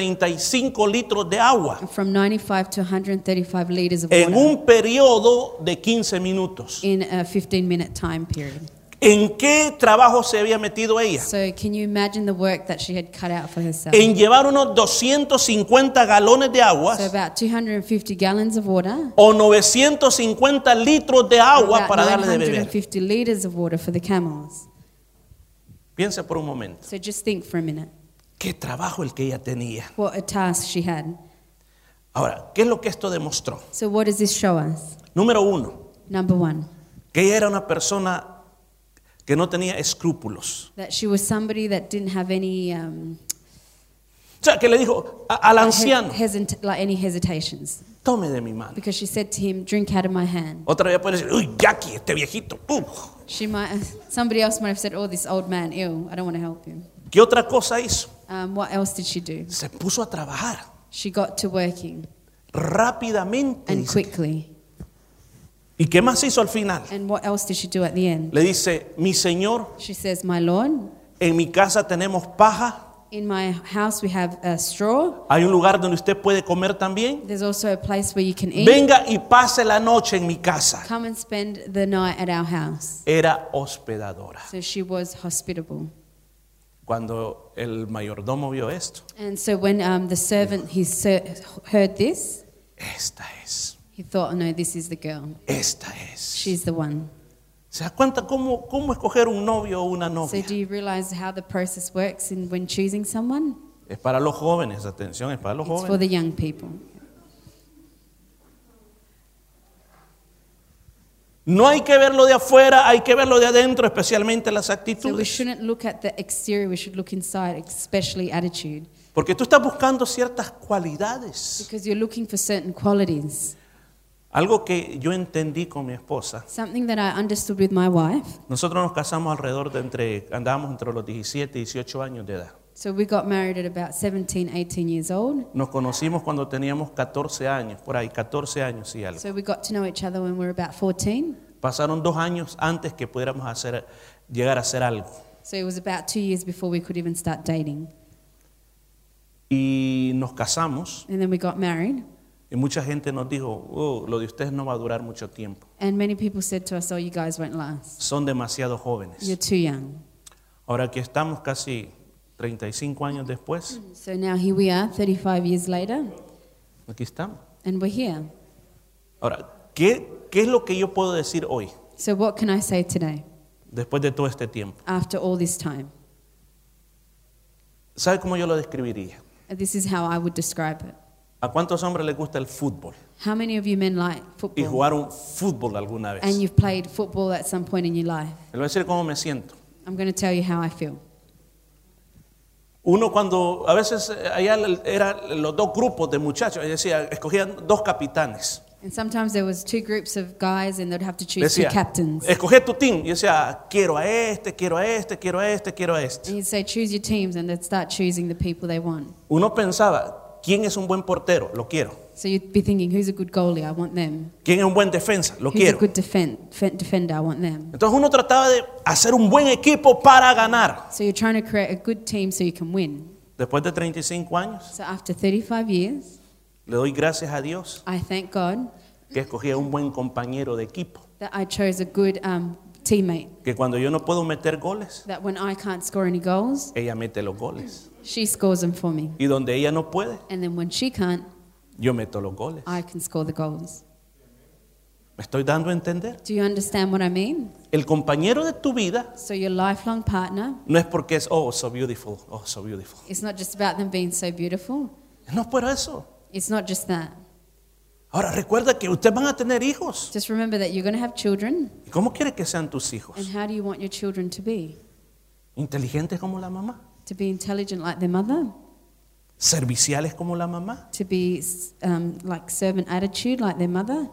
Speaker 1: 135 litros de agua
Speaker 2: and from 95 to 135 liters of
Speaker 1: en
Speaker 2: water
Speaker 1: un periodo de 15 minutos.
Speaker 2: in a 15 minute time period.
Speaker 1: ¿En qué trabajo se había metido ella?
Speaker 2: So, can you imagine the work that she had cut out for herself?
Speaker 1: En llevar unos 250 galones de agua
Speaker 2: so, about 250 gallons of water,
Speaker 1: o 950 litros de agua
Speaker 2: about
Speaker 1: para darle de beber.
Speaker 2: 950 liters of water for the camels.
Speaker 1: Piensa por un momento.
Speaker 2: So, just think for a minute
Speaker 1: Qué trabajo el que ella tenía.
Speaker 2: what a task she had.
Speaker 1: Ahora, ¿qué es lo que esto demostró?
Speaker 2: So, what does this show us?
Speaker 1: Número uno,
Speaker 2: Number one,
Speaker 1: que ella era una persona que no tenía escrúpulos.
Speaker 2: that she was somebody that didn't have any um,
Speaker 1: O sea, que le dijo a- al
Speaker 2: he-
Speaker 1: anciano,
Speaker 2: hesit- like any hesitations.
Speaker 1: tome de mi mano.
Speaker 2: Because she said to him, Drink out of my hand.
Speaker 1: Otra vez puede decir, uy, Jackie, este viejito. uf".
Speaker 2: She might, somebody else might have said, Oh, this old man, ew, I don't want to help him.
Speaker 1: ¿Qué otra cosa hizo?
Speaker 2: Um, what else did she do?
Speaker 1: Se puso a trabajar
Speaker 2: She got to working
Speaker 1: rápidamente.
Speaker 2: and
Speaker 1: dice.
Speaker 2: quickly.
Speaker 1: ¿Y qué más hizo al final?
Speaker 2: And what else did she do at the end?
Speaker 1: Le dice, mi señor,
Speaker 2: She says, My Lord,
Speaker 1: en mi casa tenemos paja,
Speaker 2: in my house we have a straw.
Speaker 1: hay un lugar donde usted puede comer también.
Speaker 2: There's also a place where you can eat.
Speaker 1: Venga y pase la noche en mi casa.
Speaker 2: Come and spend the night at our house.
Speaker 1: Era hospedadora.
Speaker 2: So she was hospitable.
Speaker 1: Cuando el mayordomo vio esto,
Speaker 2: And so when um, the servant he ser- heard this,
Speaker 1: esta es,
Speaker 2: he thought, oh, No, this is the girl.
Speaker 1: esta es.
Speaker 2: She's the one.
Speaker 1: ¿Se da cuenta cómo, cómo escoger un novio o una
Speaker 2: So
Speaker 1: novia?
Speaker 2: do you realize how the process works in when choosing someone?
Speaker 1: Es para los jóvenes, atención, es para los
Speaker 2: It's for
Speaker 1: jóvenes.
Speaker 2: the young people.
Speaker 1: No hay que verlo de afuera, hay que verlo de adentro, especialmente las
Speaker 2: So we
Speaker 1: actitudes.
Speaker 2: shouldn't look at the exterior, we should look inside, especially attitude.
Speaker 1: Porque tú estás buscando ciertas cualidades.
Speaker 2: Because you're looking for certain qualities.
Speaker 1: Algo que yo entendí con mi esposa.
Speaker 2: Something that I understood with my wife.
Speaker 1: Nosotros nos casamos alrededor de entre, andábamos entre los 17 y 18 años de edad.
Speaker 2: So we got married at about 17, 18 years old.
Speaker 1: Nos conocimos cuando teníamos 14 años, por ahí, 14 años y algo.
Speaker 2: So we got to know each other when we were about 14.
Speaker 1: Pasaron dos años antes que pudiéramos hacer, llegar a hacer algo.
Speaker 2: So it was about two years before we could even start dating.
Speaker 1: Y nos casamos
Speaker 2: And then we got married.
Speaker 1: y mucha gente nos dijo, "Oh, lo de ustedes no va a durar mucho tiempo.
Speaker 2: And many people said to us, Oh, you guys won't last.
Speaker 1: Son demasiado jóvenes.
Speaker 2: You're too young.
Speaker 1: Ahora que estamos casi 35 años después,
Speaker 2: So now here we are, 35 years later,
Speaker 1: aquí estamos.
Speaker 2: and we're here.
Speaker 1: Ahora, ¿qué, ¿qué es lo que yo puedo decir hoy,
Speaker 2: So what can I say today
Speaker 1: después de todo este tiempo?
Speaker 2: after all this time?
Speaker 1: ¿Sabe cómo yo lo describiría?
Speaker 2: This is how I would describe it.
Speaker 1: ¿A cuántos hombres les gusta el fútbol?
Speaker 2: How many of you men like
Speaker 1: Y
Speaker 2: football?
Speaker 1: jugaron fútbol alguna vez.
Speaker 2: And
Speaker 1: Les
Speaker 2: you've played football at some point in your life.
Speaker 1: voy a decir cómo me siento.
Speaker 2: I'm going to tell you how I feel.
Speaker 1: Uno cuando, a veces eh, allá eran los dos grupos de muchachos, y decía, escogían dos capitanes.
Speaker 2: And sometimes there was two groups of guys and they'd have to choose two
Speaker 1: Decía,
Speaker 2: captains.
Speaker 1: escoge tu team. Y decía, quiero a este, quiero a este, quiero a este, quiero a este.
Speaker 2: And you'd say, choose your teams, and they'd start choosing the people they want.
Speaker 1: Uno pensaba, ¿quién es un buen portero? Lo quiero.
Speaker 2: So you'd be thinking, who's a good goalie? I want them.
Speaker 1: ¿Quién es un buen defensa? Lo
Speaker 2: Who's a
Speaker 1: quiero.
Speaker 2: good defen- defen- defender? I want them.
Speaker 1: Entonces uno trataba de hacer un buen equipo para ganar.
Speaker 2: So you're trying to create a good team so you can win.
Speaker 1: Después de 35 años,
Speaker 2: So after 35 years,
Speaker 1: le doy gracias a Dios
Speaker 2: I thank God
Speaker 1: que escogí a un buen compañero de equipo.
Speaker 2: that I chose a good um, teammate.
Speaker 1: Que cuando yo no puedo meter goles,
Speaker 2: That when I can't score any goals,
Speaker 1: ella mete los goles.
Speaker 2: she scores them for me.
Speaker 1: Y donde ella no puede,
Speaker 2: And then when she can't,
Speaker 1: yo meto los goles.
Speaker 2: I can score the goals.
Speaker 1: ¿Me estoy dando a entender?
Speaker 2: Do you understand what I mean?
Speaker 1: El compañero de tu vida
Speaker 2: So your lifelong partner,
Speaker 1: no es porque es, oh, so beautiful, oh, so beautiful.
Speaker 2: it's not just about them being so beautiful.
Speaker 1: No es por eso.
Speaker 2: It's not just that.
Speaker 1: Ahora recuerda que ustedes van a tener hijos.
Speaker 2: Just remember that you're going to have children,
Speaker 1: ¿Y cómo quieres que sean tus
Speaker 2: and
Speaker 1: hijos?
Speaker 2: how do you want your children to be?
Speaker 1: ¿Inteligentes como la mamá?
Speaker 2: To be intelligent like their mother,
Speaker 1: ¿Serviciales como la mamá?
Speaker 2: to be um, like servant attitude like their mother,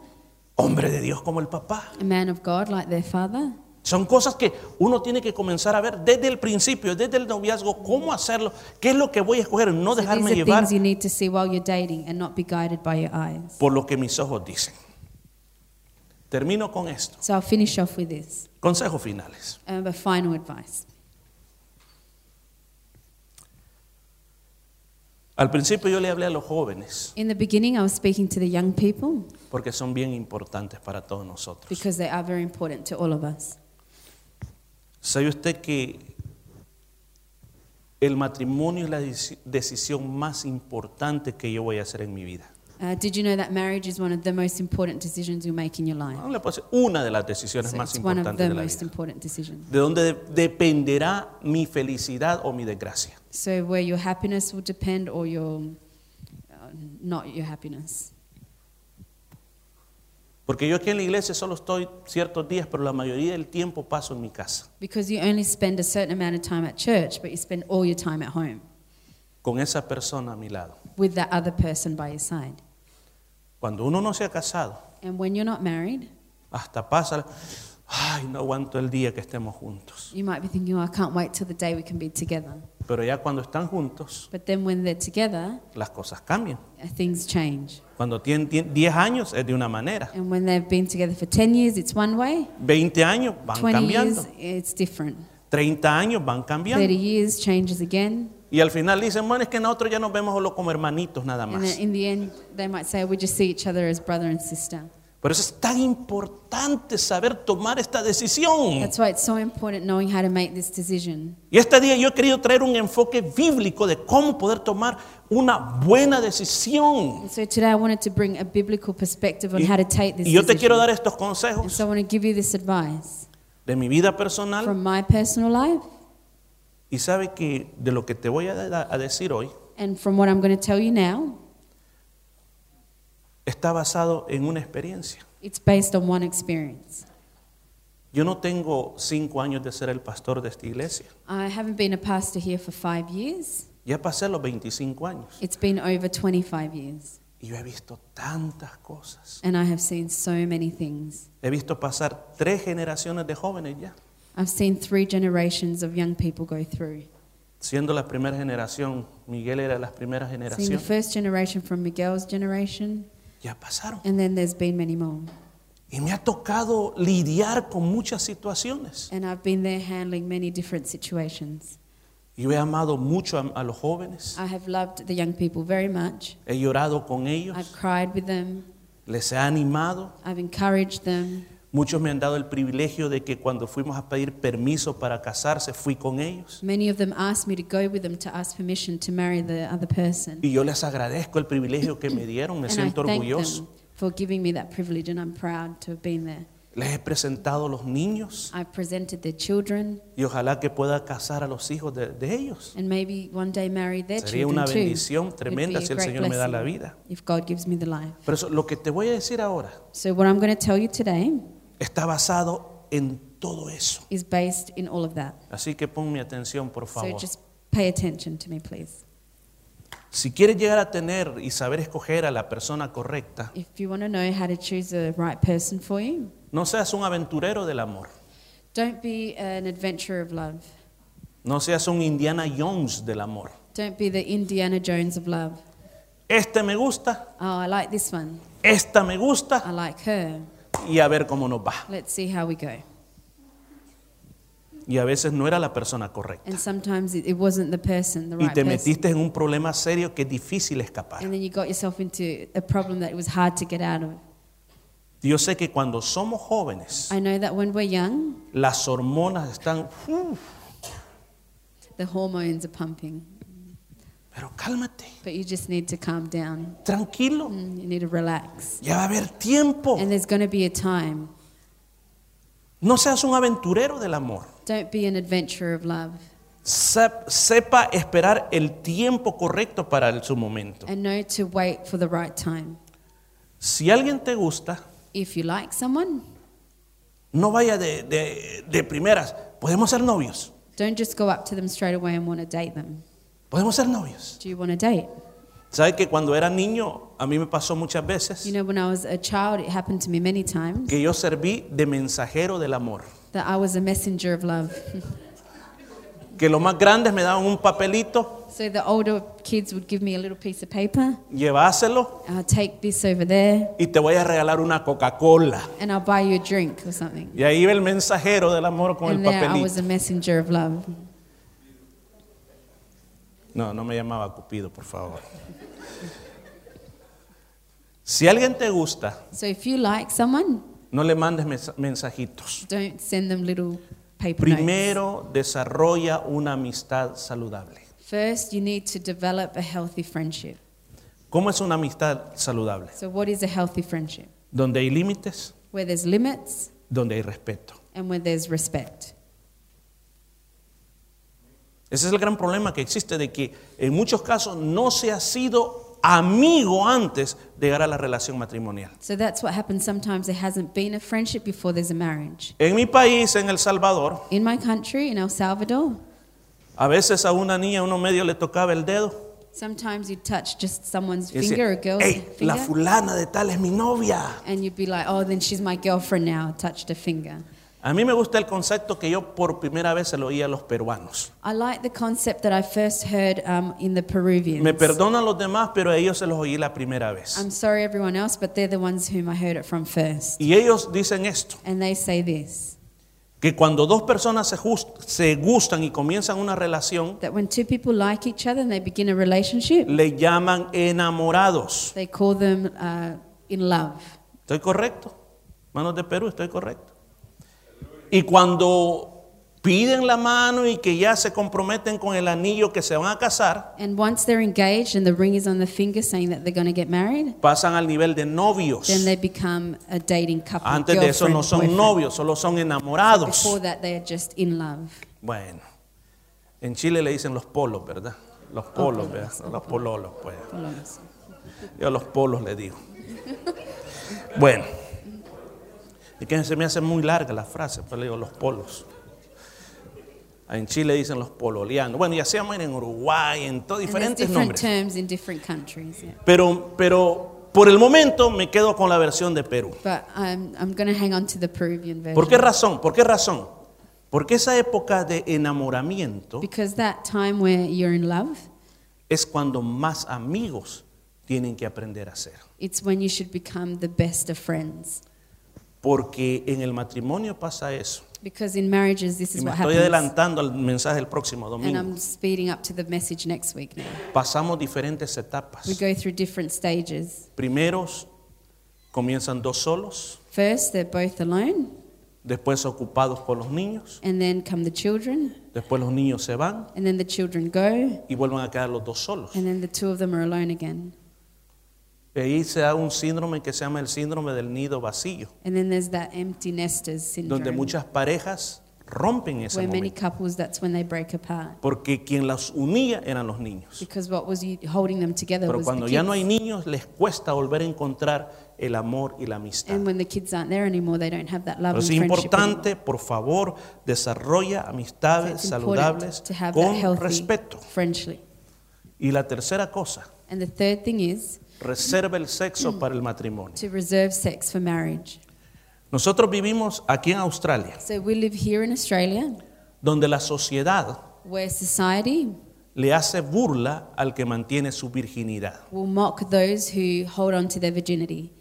Speaker 1: ¿Hombre de Dios como el papá?
Speaker 2: a man of God like their father.
Speaker 1: Son cosas que uno tiene que comenzar a ver desde el principio, desde el noviazgo, cómo hacerlo, qué es lo que voy a escoger, no
Speaker 2: So
Speaker 1: dejarme
Speaker 2: these are
Speaker 1: llevar
Speaker 2: things you need to see while you're dating and not be guided by your eyes.
Speaker 1: por lo que mis ojos dicen. Termino con esto.
Speaker 2: So I'll finish off with this.
Speaker 1: Consejos finales.
Speaker 2: Um, but final advice.
Speaker 1: Al principio yo le hablé a los jóvenes
Speaker 2: In the beginning, I was speaking to the young people
Speaker 1: porque son bien importantes para todos nosotros.
Speaker 2: because they are very important to all of us.
Speaker 1: ¿Sabe usted que el matrimonio es la deci- decisión más importante que yo voy a hacer en mi vida?
Speaker 2: Uh, did you know that marriage is one of the most important decisions you make in your life?
Speaker 1: No le puedo decir, Una de las decisiones
Speaker 2: So
Speaker 1: más
Speaker 2: it's one of
Speaker 1: importantes
Speaker 2: the
Speaker 1: de la
Speaker 2: most
Speaker 1: vida.
Speaker 2: important decisions.
Speaker 1: De donde de- dependerá mi felicidad o mi desgracia.
Speaker 2: So where your happiness will depend or your uh, not your happiness.
Speaker 1: Porque yo aquí en la iglesia solo estoy ciertos días, pero la mayoría del tiempo paso en mi casa.
Speaker 2: Because you only spend a certain amount of time at church, but you spend all your time at home
Speaker 1: con esa persona a mi lado.
Speaker 2: with that other person by your side.
Speaker 1: Cuando uno no se ha casado,
Speaker 2: And when you're not married,
Speaker 1: hasta pasa, la- ay, no aguanto el día que estemos juntos.
Speaker 2: you might be thinking, oh, I can't wait till the day we can be together.
Speaker 1: Pero ya cuando están juntos,
Speaker 2: But then when they're together,
Speaker 1: las cosas cambian.
Speaker 2: uh, things change.
Speaker 1: Cuando tienen tien- 10 años es de una manera,
Speaker 2: And when they've been together for 10 years, it's one way.
Speaker 1: 20 años van
Speaker 2: 20
Speaker 1: cambiando,
Speaker 2: years, it's different.
Speaker 1: 30 años van
Speaker 2: 30
Speaker 1: cambiando.
Speaker 2: years changes again.
Speaker 1: Y al final dicen, bueno, es que nosotros ya nos vemos solo como hermanitos nada
Speaker 2: And then
Speaker 1: más.
Speaker 2: in the end, they might say, we just see each other as brother and sister.
Speaker 1: Por eso es tan importante saber tomar esta decisión.
Speaker 2: That's why it's so important knowing how to make this decision.
Speaker 1: Y este día yo he querido traer un enfoque bíblico de cómo poder tomar una buena decisión.
Speaker 2: And so today I wanted to bring a biblical perspective on
Speaker 1: Y-
Speaker 2: how to take this
Speaker 1: Y yo te quiero
Speaker 2: decision.
Speaker 1: dar estos
Speaker 2: And
Speaker 1: consejos
Speaker 2: so I want to give you this advice
Speaker 1: de mi vida personal.
Speaker 2: from my personal life
Speaker 1: Y sabe que de lo que te voy a, da- a decir hoy
Speaker 2: and from what I'm going to tell you now.
Speaker 1: está basado en una experiencia.
Speaker 2: It's based on one experience.
Speaker 1: Yo no tengo cinco años de ser el pastor de esta iglesia.
Speaker 2: I haven't been a pastor here for five years.
Speaker 1: Ya pasé los 25 años
Speaker 2: It's been over 25 years.
Speaker 1: y yo he visto tantas cosas.
Speaker 2: And I have seen so many things.
Speaker 1: He visto pasar tres generaciones de jóvenes ya,
Speaker 2: I've seen three generations of young people go through.
Speaker 1: siendo la primera generación. Miguel era la primera
Speaker 2: Seeing the
Speaker 1: generación.
Speaker 2: first generation from Miguel's generation,
Speaker 1: Ya pasaron.
Speaker 2: and then there's been many more.
Speaker 1: Y me ha tocado lidiar con muchas situaciones.
Speaker 2: And I've been there handling many different situations.
Speaker 1: Yo he amado mucho a- a los jóvenes.
Speaker 2: I have loved the young people very much.
Speaker 1: He llorado con ellos,
Speaker 2: I've cried with them.
Speaker 1: les he animado.
Speaker 2: I've encouraged them.
Speaker 1: Muchos me han dado el privilegio de que cuando fuimos a pedir permiso para casarse, fui con ellos.
Speaker 2: Many of them asked me to go with them to ask permission to marry the other person.
Speaker 1: Y yo les agradezco el privilegio que me dieron, me
Speaker 2: and I
Speaker 1: siento
Speaker 2: thank
Speaker 1: orgulloso.
Speaker 2: them for giving me that privilege, and I'm proud to have been there.
Speaker 1: Les he presentado a los niños
Speaker 2: I've presented their children,
Speaker 1: y ojalá que pueda casar a los hijos de, de ellos.
Speaker 2: and maybe one day marry their
Speaker 1: Sería
Speaker 2: children
Speaker 1: una
Speaker 2: too.
Speaker 1: bendición
Speaker 2: It'd be
Speaker 1: tremenda
Speaker 2: a
Speaker 1: si el
Speaker 2: great
Speaker 1: Señor me da la
Speaker 2: blessing
Speaker 1: vida.
Speaker 2: If God gives me the life.
Speaker 1: Pero eso, lo que te voy a decir ahora
Speaker 2: So what I'm going to tell you today
Speaker 1: está basado en todo eso.
Speaker 2: is based in all of that.
Speaker 1: Así que pon mi atención, por
Speaker 2: So
Speaker 1: favor.
Speaker 2: just pay attention to me, please.
Speaker 1: Si quieres llegar a tener y saber escoger a la persona correcta,
Speaker 2: If you want to know how to choose the right person for you,
Speaker 1: No seas un aventurero del amor.
Speaker 2: don't be an adventurer of love.
Speaker 1: No seas un Indiana Jones del amor.
Speaker 2: Don't be the Indiana Jones of love.
Speaker 1: Este me gusta,
Speaker 2: Oh, I like this one.
Speaker 1: esta me gusta
Speaker 2: I like her.
Speaker 1: y a ver cómo nos va.
Speaker 2: Let's see how we go.
Speaker 1: Y a veces no era la persona correcta.
Speaker 2: And sometimes it, it wasn't the person, the
Speaker 1: Y
Speaker 2: right
Speaker 1: te
Speaker 2: person.
Speaker 1: metiste en un problema serio que es difícil escapar.
Speaker 2: And then you got yourself into a problem that it was hard to get out of.
Speaker 1: Yo sé que cuando somos jóvenes,
Speaker 2: I know that when we're young,
Speaker 1: las hormonas están... "Uf",
Speaker 2: the hormones are pumping,
Speaker 1: pero cálmate,
Speaker 2: but you just need to calm down.
Speaker 1: tranquilo.
Speaker 2: Mm, You need to relax.
Speaker 1: Ya va a haber tiempo.
Speaker 2: And there's going to be a time.
Speaker 1: No seas un aventurero del amor.
Speaker 2: Don't be an adventurer of love.
Speaker 1: Sep- Sepa esperar el tiempo correcto para el- su momento.
Speaker 2: And know to wait for the right time.
Speaker 1: Si alguien te gusta,
Speaker 2: If you like someone,
Speaker 1: No vaya de, de- de primeras. Podemos ser novios.
Speaker 2: don't just go up to them straight away and want to date them.
Speaker 1: Podemos ser novios.
Speaker 2: Do you want to date?
Speaker 1: ¿Sabe que cuando era niño, a mí me pasó muchas veces
Speaker 2: You know, when I was a child, it happened to me many times
Speaker 1: que yo serví de mensajero del amor?
Speaker 2: that I was a messenger of love.
Speaker 1: que los más grandes me daban un papelito,
Speaker 2: So the older kids would give me a little piece of paper.
Speaker 1: lleváselo
Speaker 2: I'll take this over there
Speaker 1: y te voy a regalar una Coca-Cola.
Speaker 2: and I'll buy you a drink or something.
Speaker 1: Y ahí iba el mensajero del amor con el
Speaker 2: And there I was
Speaker 1: papelito.
Speaker 2: a messenger of love.
Speaker 1: No, no me llamaba Cupido, por favor. Si alguien te gusta,
Speaker 2: So if you like someone,
Speaker 1: no le mandes mens- mensajitos.
Speaker 2: don't send them little paper notes.
Speaker 1: Primero desarrolla una amistad saludable.
Speaker 2: First, you need to develop a healthy friendship.
Speaker 1: ¿Cómo es una amistad saludable?
Speaker 2: So what is a healthy friendship?
Speaker 1: Donde hay límites,
Speaker 2: Where there's limits
Speaker 1: donde hay respeto.
Speaker 2: and where there's respect.
Speaker 1: Ese es el gran problema que existe de que en muchos casos no se ha sido amigo antes de llegar a la relación matrimonial.
Speaker 2: So that's what happens sometimes. There hasn't been a friendship before there's a marriage.
Speaker 1: En mi país, en El Salvador,
Speaker 2: In my country, in El Salvador,
Speaker 1: a veces a una niña uno medio le tocaba el dedo
Speaker 2: sometimes you touch just someone's
Speaker 1: y decía,
Speaker 2: finger, a girl's
Speaker 1: "Ey, la
Speaker 2: finger,
Speaker 1: fulana de tal es mi novia.
Speaker 2: and you'd be like, oh, then she's my girlfriend now, touched a finger.
Speaker 1: A mí me gusta el concepto que yo por primera vez se lo oí a los peruanos.
Speaker 2: I like the concept that I first heard um, in the Peruvians.
Speaker 1: Me perdonan los demás, pero a ellos se los oí la primera vez.
Speaker 2: I'm sorry, everyone else, but they're the ones whom I heard it from first.
Speaker 1: Y ellos dicen esto,
Speaker 2: And they say this
Speaker 1: que cuando dos personas se, jus- se gustan y comienzan una relación,
Speaker 2: that when two people like each other and they begin a relationship,
Speaker 1: le llaman enamorados.
Speaker 2: they call them uh, in love.
Speaker 1: ¿Estoy correcto? Manos de Perú, estoy correcto. Y cuando piden la mano y que ya se comprometen con el anillo que se van a casar,
Speaker 2: And once they're engaged and the ring is on the finger saying that they're going to get married,
Speaker 1: pasan al nivel de novios.
Speaker 2: then they become a dating couple.
Speaker 1: Antes de eso
Speaker 2: girlfriend,
Speaker 1: no son
Speaker 2: boyfriend.
Speaker 1: novios, solo son enamorados.
Speaker 2: Before that, they're just in love.
Speaker 1: Bueno, en Chile le dicen los polos, ¿verdad? Los polos, ¿verdad? Los pololos, pues. Yo los polos le digo. Bueno, es que se me hace muy larga la frase, pues le digo los polos. En Chile dicen los pololeanos. Bueno, y así vamos a ir en Uruguay, en todos
Speaker 2: And there's
Speaker 1: diferentes
Speaker 2: different
Speaker 1: nombres.
Speaker 2: terms in different countries. Yeah.
Speaker 1: Pero, pero por el momento me quedo con la versión de Perú.
Speaker 2: But I'm, I'm going to hang on to the Peruvian version.
Speaker 1: ¿Por qué razón? ¿Por qué razón? Porque esa época de enamoramiento
Speaker 2: Because that time where you're in love,
Speaker 1: es cuando más amigos tienen que aprender a ser.
Speaker 2: it's when you should become the best of friends.
Speaker 1: Porque en el matrimonio pasa eso.
Speaker 2: Because in marriages, this
Speaker 1: Y
Speaker 2: is
Speaker 1: me
Speaker 2: what
Speaker 1: estoy
Speaker 2: happens.
Speaker 1: adelantando al mensaje del próximo
Speaker 2: And
Speaker 1: domingo.
Speaker 2: I'm speeding up to the message next week now.
Speaker 1: Pasamos diferentes
Speaker 2: We
Speaker 1: etapas.
Speaker 2: go through different stages.
Speaker 1: Primeros comienzan dos solos,
Speaker 2: First, they're both alone,
Speaker 1: después ocupados por los niños,
Speaker 2: and then come the children,
Speaker 1: después los niños se van
Speaker 2: and then the children go,
Speaker 1: y vuelven a quedar los dos solos.
Speaker 2: and then the two of them are alone again.
Speaker 1: Y ahí se da un síndrome que se llama el síndrome del nido vacío,
Speaker 2: And then there's that empty nesters syndrome.
Speaker 1: donde muchas parejas rompen ese
Speaker 2: where many
Speaker 1: momento,
Speaker 2: couples, that's when they break apart.
Speaker 1: porque quien las unía eran los niños.
Speaker 2: Because what was you holding them together
Speaker 1: Pero
Speaker 2: was the
Speaker 1: cuando
Speaker 2: kids.
Speaker 1: ya no hay niños, les cuesta volver a encontrar el amor y la amistad.
Speaker 2: and when the kids aren't there anymore, they don't have that love
Speaker 1: Pero es
Speaker 2: and friendship. anymore.
Speaker 1: importante, por favor, desarrolla amistades
Speaker 2: It's important
Speaker 1: saludables
Speaker 2: to have that
Speaker 1: con
Speaker 2: healthy
Speaker 1: respeto.
Speaker 2: friendship.
Speaker 1: Y la tercera cosa,
Speaker 2: And the third thing is
Speaker 1: reserva el sexo para el matrimonio.
Speaker 2: to reserve sex for marriage. Mm.
Speaker 1: Nosotros vivimos aquí en Australia,
Speaker 2: So we live here in Australia,
Speaker 1: donde la sociedad
Speaker 2: where society
Speaker 1: le hace burla al que mantiene su virginidad.
Speaker 2: will mock those who hold on to their virginity.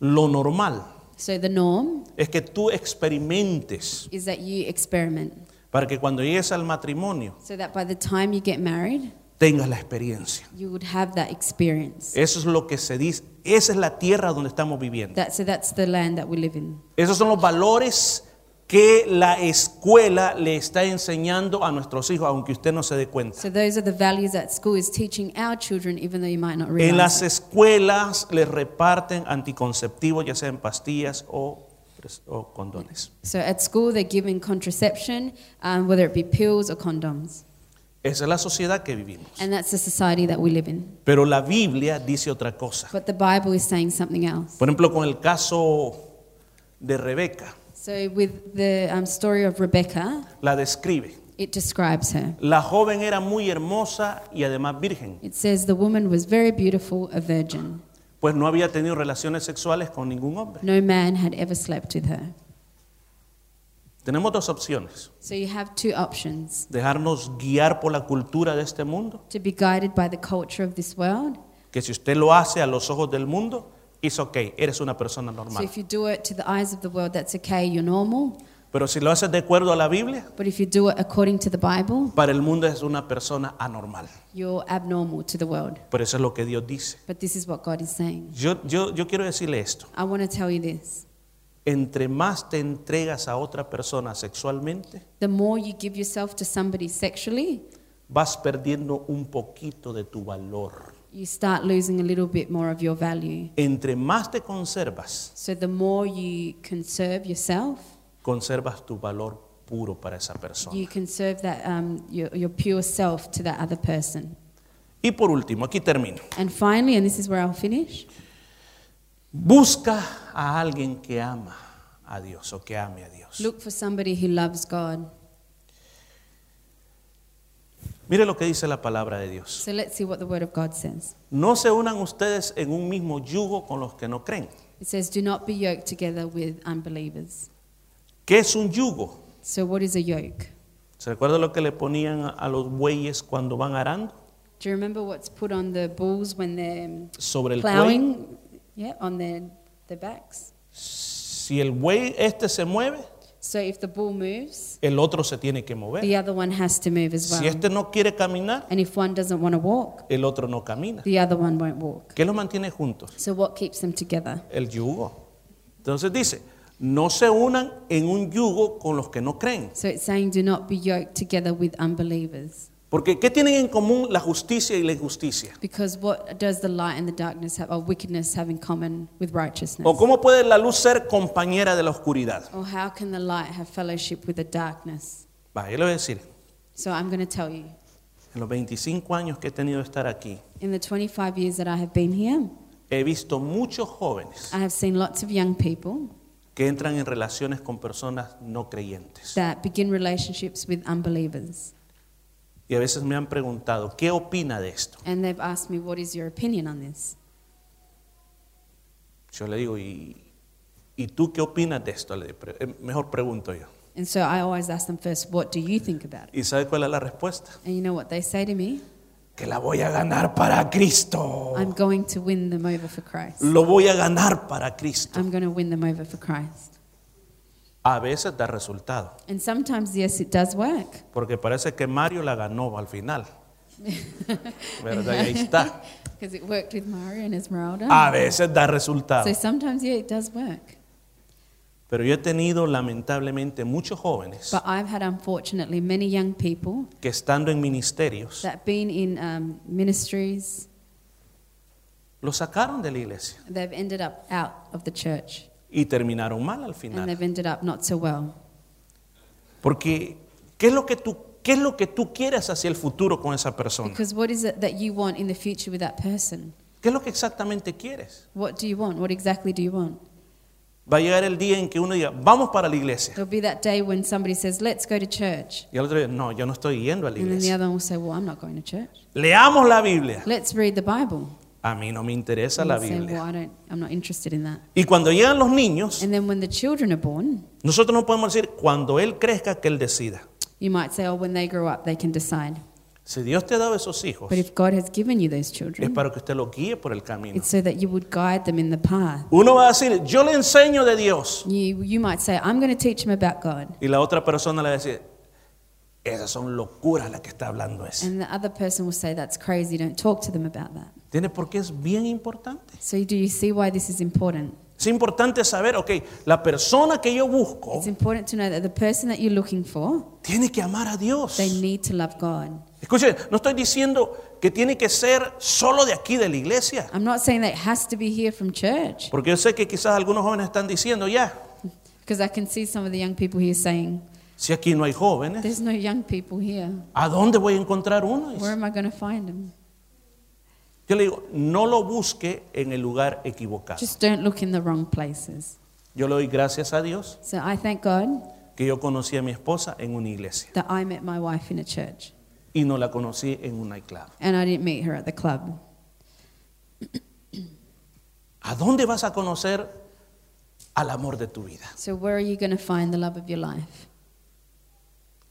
Speaker 1: Lo normal
Speaker 2: So the norm
Speaker 1: es que tú experimentes
Speaker 2: is that you experiment,
Speaker 1: para que cuando llegues al matrimonio
Speaker 2: so that by the time you get married,
Speaker 1: tengas la experiencia.
Speaker 2: you would have that experience.
Speaker 1: Eso es lo que se dice, esa es la tierra donde estamos viviendo.
Speaker 2: That, so that's the land that we live in.
Speaker 1: Esos son los valores que la escuela le está enseñando a nuestros hijos, aunque usted no se dé cuenta.
Speaker 2: So those are the values that school is teaching our children, even though you might not
Speaker 1: En
Speaker 2: realize.
Speaker 1: las
Speaker 2: it.
Speaker 1: escuelas les reparten anticonceptivos, ya sean pastillas o, o condones.
Speaker 2: So at school, they're given contraception, um, whether it be pills or condoms,
Speaker 1: Esa es la sociedad que vivimos.
Speaker 2: and that's the society that we live in.
Speaker 1: Pero la Biblia dice otra cosa.
Speaker 2: But the Bible is saying something else.
Speaker 1: Por ejemplo, con el caso de Rebeca,
Speaker 2: So with the um, story of Rebecca,
Speaker 1: la describe.
Speaker 2: it describes her.
Speaker 1: La joven era muy hermosa y además virgen,
Speaker 2: It says the woman was very beautiful, a virgin.
Speaker 1: pues no había tenido relaciones sexuales con ningún hombre.
Speaker 2: No man had ever slept with her.
Speaker 1: Tenemos dos opciones.
Speaker 2: So you have two options
Speaker 1: Dejarnos guiar por la cultura de este mundo,
Speaker 2: to be guided by the culture of this world.
Speaker 1: que si usted lo hace a los ojos del mundo, es ok, eres una persona
Speaker 2: So
Speaker 1: normal.
Speaker 2: if you do it to the eyes of the world, that's okay, you're normal.
Speaker 1: Pero si lo haces de acuerdo a la Biblia,
Speaker 2: But if you do it according to the Bible,
Speaker 1: para el mundo es una persona anormal.
Speaker 2: you're abnormal to the world.
Speaker 1: Por eso es lo que Dios dice.
Speaker 2: But this is what God is saying.
Speaker 1: Yo, yo, yo quiero decirle esto.
Speaker 2: I want to tell you this.
Speaker 1: Entre más te entregas a otra persona sexualmente,
Speaker 2: The more you give yourself to somebody sexually,
Speaker 1: vas perdiendo un poquito de tu valor.
Speaker 2: you start losing a little bit more of your value.
Speaker 1: Entre más te conservas,
Speaker 2: So the more you conserve yourself,
Speaker 1: conservas tu valor puro para esa persona.
Speaker 2: you conserve that um, your, your pure self to that other person.
Speaker 1: Y por último, aquí termino.
Speaker 2: And finally, and this is where I'll finish,
Speaker 1: Busca a alguien que ama a Dios o que ame a Dios.
Speaker 2: look for somebody who loves God.
Speaker 1: Mire lo que dice la palabra de Dios.
Speaker 2: So let's see what the Word of God says.
Speaker 1: No se unan ustedes en un mismo yugo con los que no creen.
Speaker 2: It says, Do not be yoked together with unbelievers.
Speaker 1: ¿Qué es un yugo?
Speaker 2: So, what is a yoke?
Speaker 1: ¿Se recuerda lo que le ponían a- a los bueyes cuando van arando?
Speaker 2: Do you remember what's put on the bulls when they're um,
Speaker 1: Sobre el cuello.
Speaker 2: plowing? Yeah, on their, their backs.
Speaker 1: Si el buey este se mueve,
Speaker 2: So, if the bull moves,
Speaker 1: el otro se tiene que mover.
Speaker 2: the other one has to move as well.
Speaker 1: Si este no quiere caminar,
Speaker 2: And if one doesn't want to walk,
Speaker 1: el otro no camina.
Speaker 2: the other one won't walk.
Speaker 1: ¿Qué los mantiene juntos?
Speaker 2: So, what keeps them together?
Speaker 1: el yugo. Entonces dice, no se unan en un yugo con los que no creen.
Speaker 2: So, it's saying, Do not be yoked together with unbelievers.
Speaker 1: Porque ¿qué tienen en común la justicia y la injusticia?
Speaker 2: Because what does the light and the darkness have, or wickedness have in common with righteousness?
Speaker 1: ¿O cómo puede la luz ser compañera de la oscuridad?
Speaker 2: Or how can the light have fellowship with the darkness?
Speaker 1: Va, yo le voy a decir,
Speaker 2: So I'm going to tell you.
Speaker 1: en los 25 años que he tenido de estar aquí,
Speaker 2: In the 25 years that I have been here,
Speaker 1: he visto muchos jóvenes
Speaker 2: I have seen lots of young people
Speaker 1: que entran en relaciones con personas no creyentes.
Speaker 2: that begin relationships with unbelievers.
Speaker 1: Y a veces me han preguntado, ¿qué opina de esto?
Speaker 2: And they've asked me, What is your opinion on this?
Speaker 1: Yo le digo, ¿y, ¿y tú qué opinas de esto? Le pre- eh, Mejor pregunto yo.
Speaker 2: And so I always ask them first, What do you think about it?
Speaker 1: ¿Y sabes cuál es la respuesta?
Speaker 2: And you know what they say to me?
Speaker 1: que la voy a ganar para Cristo.
Speaker 2: I'm going to win them over for Christ.
Speaker 1: Lo voy a ganar para Cristo.
Speaker 2: I'm going to win them over for Christ.
Speaker 1: A veces da resultado,
Speaker 2: And sometimes, yes, it does work.
Speaker 1: porque parece que Mario la ganó al final. ¿Verdad? Y ahí está.
Speaker 2: Because it worked with Mario and Esmeralda.
Speaker 1: A veces da resultado.
Speaker 2: So sometimes, yeah, it does work.
Speaker 1: Pero yo he tenido lamentablemente muchos jóvenes
Speaker 2: But I've had, unfortunately, many young people
Speaker 1: que estando en ministerios
Speaker 2: that been in um, ministries,
Speaker 1: lo sacaron de la iglesia
Speaker 2: they've ended up out of the church
Speaker 1: y terminaron mal al
Speaker 2: and
Speaker 1: final.
Speaker 2: they've ended up not so well.
Speaker 1: Porque ¿qué es lo que tú qué es lo que tú quieres hacia el futuro con esa persona?
Speaker 2: Because what is it that you want in the future with that person?
Speaker 1: ¿Qué es lo que exactamente quieres?
Speaker 2: What do you want? What exactly do you want?
Speaker 1: Va a llegar el día en que uno diga, "Vamos para la iglesia."
Speaker 2: There'll be that day when somebody says, Let's go to church.
Speaker 1: Y el otro dice, no, yo no estoy yendo a la
Speaker 2: And then the
Speaker 1: iglesia.
Speaker 2: other one will say, Well, I'm not going to church.
Speaker 1: Leamos la Biblia.
Speaker 2: Let's read the Bible.
Speaker 1: A mí no me interesa
Speaker 2: And
Speaker 1: la
Speaker 2: they'll say,
Speaker 1: Biblia.
Speaker 2: Well, I don't, I'm not interested in that.
Speaker 1: Y cuando llegan los niños,
Speaker 2: And then when the children are born,
Speaker 1: nosotros no podemos decir, cuando Él crezca, que Él decida.
Speaker 2: you might say, Oh, when they grow up, they can decide.
Speaker 1: Si Dios te ha dado esos hijos,
Speaker 2: But if God has given you
Speaker 1: es
Speaker 2: those children,
Speaker 1: para que usted los guíe por el camino.
Speaker 2: it's so that you would guide them in the path.
Speaker 1: Uno va a decir, yo le enseño de Dios.
Speaker 2: You, you might say, I'm going to teach him about God.
Speaker 1: Y la otra persona le va a decir, esas son locuras las que está hablando ese.
Speaker 2: And the other person will say, That's crazy. Don't talk to them about that.
Speaker 1: ¿Entiendes? Porque es bien importante.
Speaker 2: So, do you see why this is important?
Speaker 1: Es importante saber, ok, la persona que yo busco
Speaker 2: It's important to know that the person that you're looking for,
Speaker 1: tiene que amar a Dios.
Speaker 2: they need to love God.
Speaker 1: Escuchen, no estoy diciendo que tiene que ser solo de aquí de la iglesia,
Speaker 2: I'm not saying that it has to be here from church,
Speaker 1: porque yo sé que quizás algunos jóvenes están diciendo ya,
Speaker 2: because I can see some of the young people here saying,
Speaker 1: si aquí no hay jóvenes,
Speaker 2: There's no young people here.
Speaker 1: ¿a dónde voy a encontrar uno?
Speaker 2: Where am I going to find them?
Speaker 1: Yo le digo, no lo busque en el lugar equivocado.
Speaker 2: Just don't look in the wrong places.
Speaker 1: Yo le doy gracias a Dios
Speaker 2: So, I thank God
Speaker 1: que yo conocí a mi esposa en una iglesia
Speaker 2: that I met my wife in a church
Speaker 1: y no la conocí en un nightclub.
Speaker 2: and I didn't meet her at the club.
Speaker 1: ¿A dónde vas a conocer al amor de tu vida?
Speaker 2: So, where are you going to find the love of your life?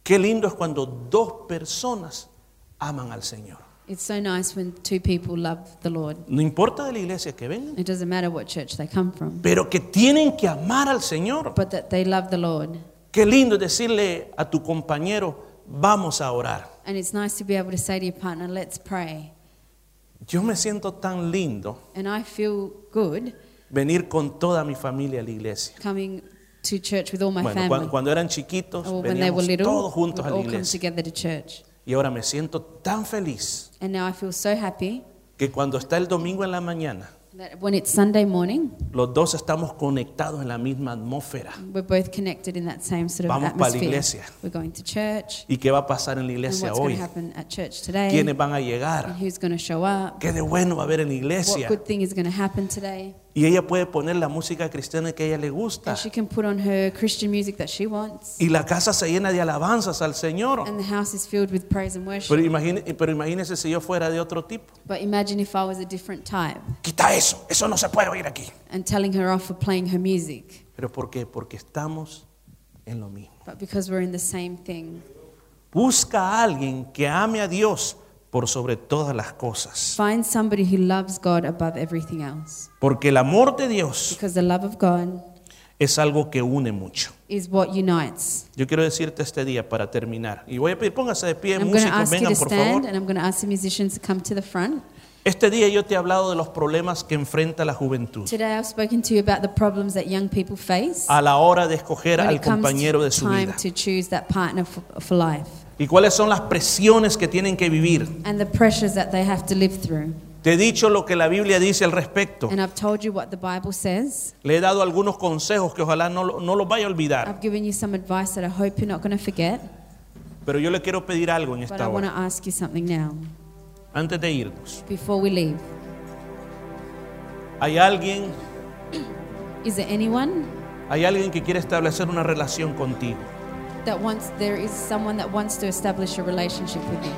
Speaker 1: Qué lindo es cuando dos personas aman al Señor.
Speaker 2: It's so nice when two people love the Lord.
Speaker 1: No importa de la iglesia que vengan,
Speaker 2: It doesn't matter what church they come from,
Speaker 1: pero que tienen que amar al Señor.
Speaker 2: but that they love the Lord.
Speaker 1: Qué lindo es decirle a tu compañero, vamos a orar.
Speaker 2: And it's nice to be able to say to your partner, let's pray.
Speaker 1: Yo me siento tan lindo
Speaker 2: And I feel good
Speaker 1: venir con toda mi familia a la iglesia.
Speaker 2: coming to church with all my
Speaker 1: Bueno, cuan-
Speaker 2: family.
Speaker 1: cuando eran chiquitos,
Speaker 2: or when they were
Speaker 1: veníamos
Speaker 2: little,
Speaker 1: todos
Speaker 2: we'd
Speaker 1: juntos a la
Speaker 2: all come
Speaker 1: iglesia.
Speaker 2: together to church.
Speaker 1: Y ahora me siento tan feliz
Speaker 2: And now I feel so happy
Speaker 1: que cuando está el domingo en la mañana,
Speaker 2: that when it's Sunday morning,
Speaker 1: los dos estamos conectados en la misma atmósfera.
Speaker 2: we're both connected in that same sort of
Speaker 1: Vamos pa' la
Speaker 2: atmosphere.
Speaker 1: iglesia.
Speaker 2: We're going to church.
Speaker 1: ¿Y qué va a pasar en la
Speaker 2: And
Speaker 1: iglesia
Speaker 2: what's going
Speaker 1: hoy?
Speaker 2: to happen at church today?
Speaker 1: ¿Quiénes van a
Speaker 2: And
Speaker 1: llegar?
Speaker 2: who's going to show up?
Speaker 1: ¿Qué de bueno va a haber en la
Speaker 2: What
Speaker 1: iglesia?
Speaker 2: good thing is going to happen today?
Speaker 1: Y ella puede poner la música cristiana que a ella le gusta.
Speaker 2: And she can put on her Christian music that she wants.
Speaker 1: Y la casa se llena de alabanzas al Señor.
Speaker 2: And the house is filled with praise and worship.
Speaker 1: Pero, imagine, pero imagínese si yo fuera de otro tipo.
Speaker 2: But imagine if I was a different type
Speaker 1: Quita eso, eso no se puede oír aquí.
Speaker 2: and telling her off for playing her music.
Speaker 1: ¿Pero por qué? Porque estamos en lo mismo.
Speaker 2: But because we're in the same thing,
Speaker 1: Busca a alguien que ame a Dios por sobre todas las cosas.
Speaker 2: find somebody who loves God above everything else.
Speaker 1: Porque el amor de Dios
Speaker 2: Because the love of God
Speaker 1: es algo que une mucho.
Speaker 2: is what unites.
Speaker 1: Yo quiero decirte este día para terminar. Y voy a pedir, póngase de pie,
Speaker 2: And I'm going to
Speaker 1: músicos,
Speaker 2: ask you to
Speaker 1: vengan por
Speaker 2: stand
Speaker 1: favor.
Speaker 2: and I'm going to ask the musicians to come to the front.
Speaker 1: Este día yo te he hablado de los problemas que enfrenta la juventud
Speaker 2: Today I've spoken to you about the problems that young people face
Speaker 1: a la hora de escoger
Speaker 2: when
Speaker 1: al
Speaker 2: it comes
Speaker 1: compañero de
Speaker 2: to
Speaker 1: su
Speaker 2: time
Speaker 1: vida.
Speaker 2: to choose that partner for, for life
Speaker 1: Y cuáles son las presiones que tienen que vivir.
Speaker 2: and the pressures that they have to live through.
Speaker 1: Te he dicho lo que la Biblia dice al respecto.
Speaker 2: And I've told you what the Bible says.
Speaker 1: Le he dado algunos consejos que ojalá no, lo- no los vaya a olvidar.
Speaker 2: I've given you some advice that I hope you're not going to forget,
Speaker 1: Pero yo le quiero pedir algo en
Speaker 2: but I
Speaker 1: esta
Speaker 2: want
Speaker 1: hora,
Speaker 2: to ask you something now
Speaker 1: antes de irnos.
Speaker 2: before we leave.
Speaker 1: Hay alguien,
Speaker 2: Is there anyone
Speaker 1: hay alguien que quiere establecer una relación contigo.
Speaker 2: that wants, there is someone that wants to establish a relationship with you?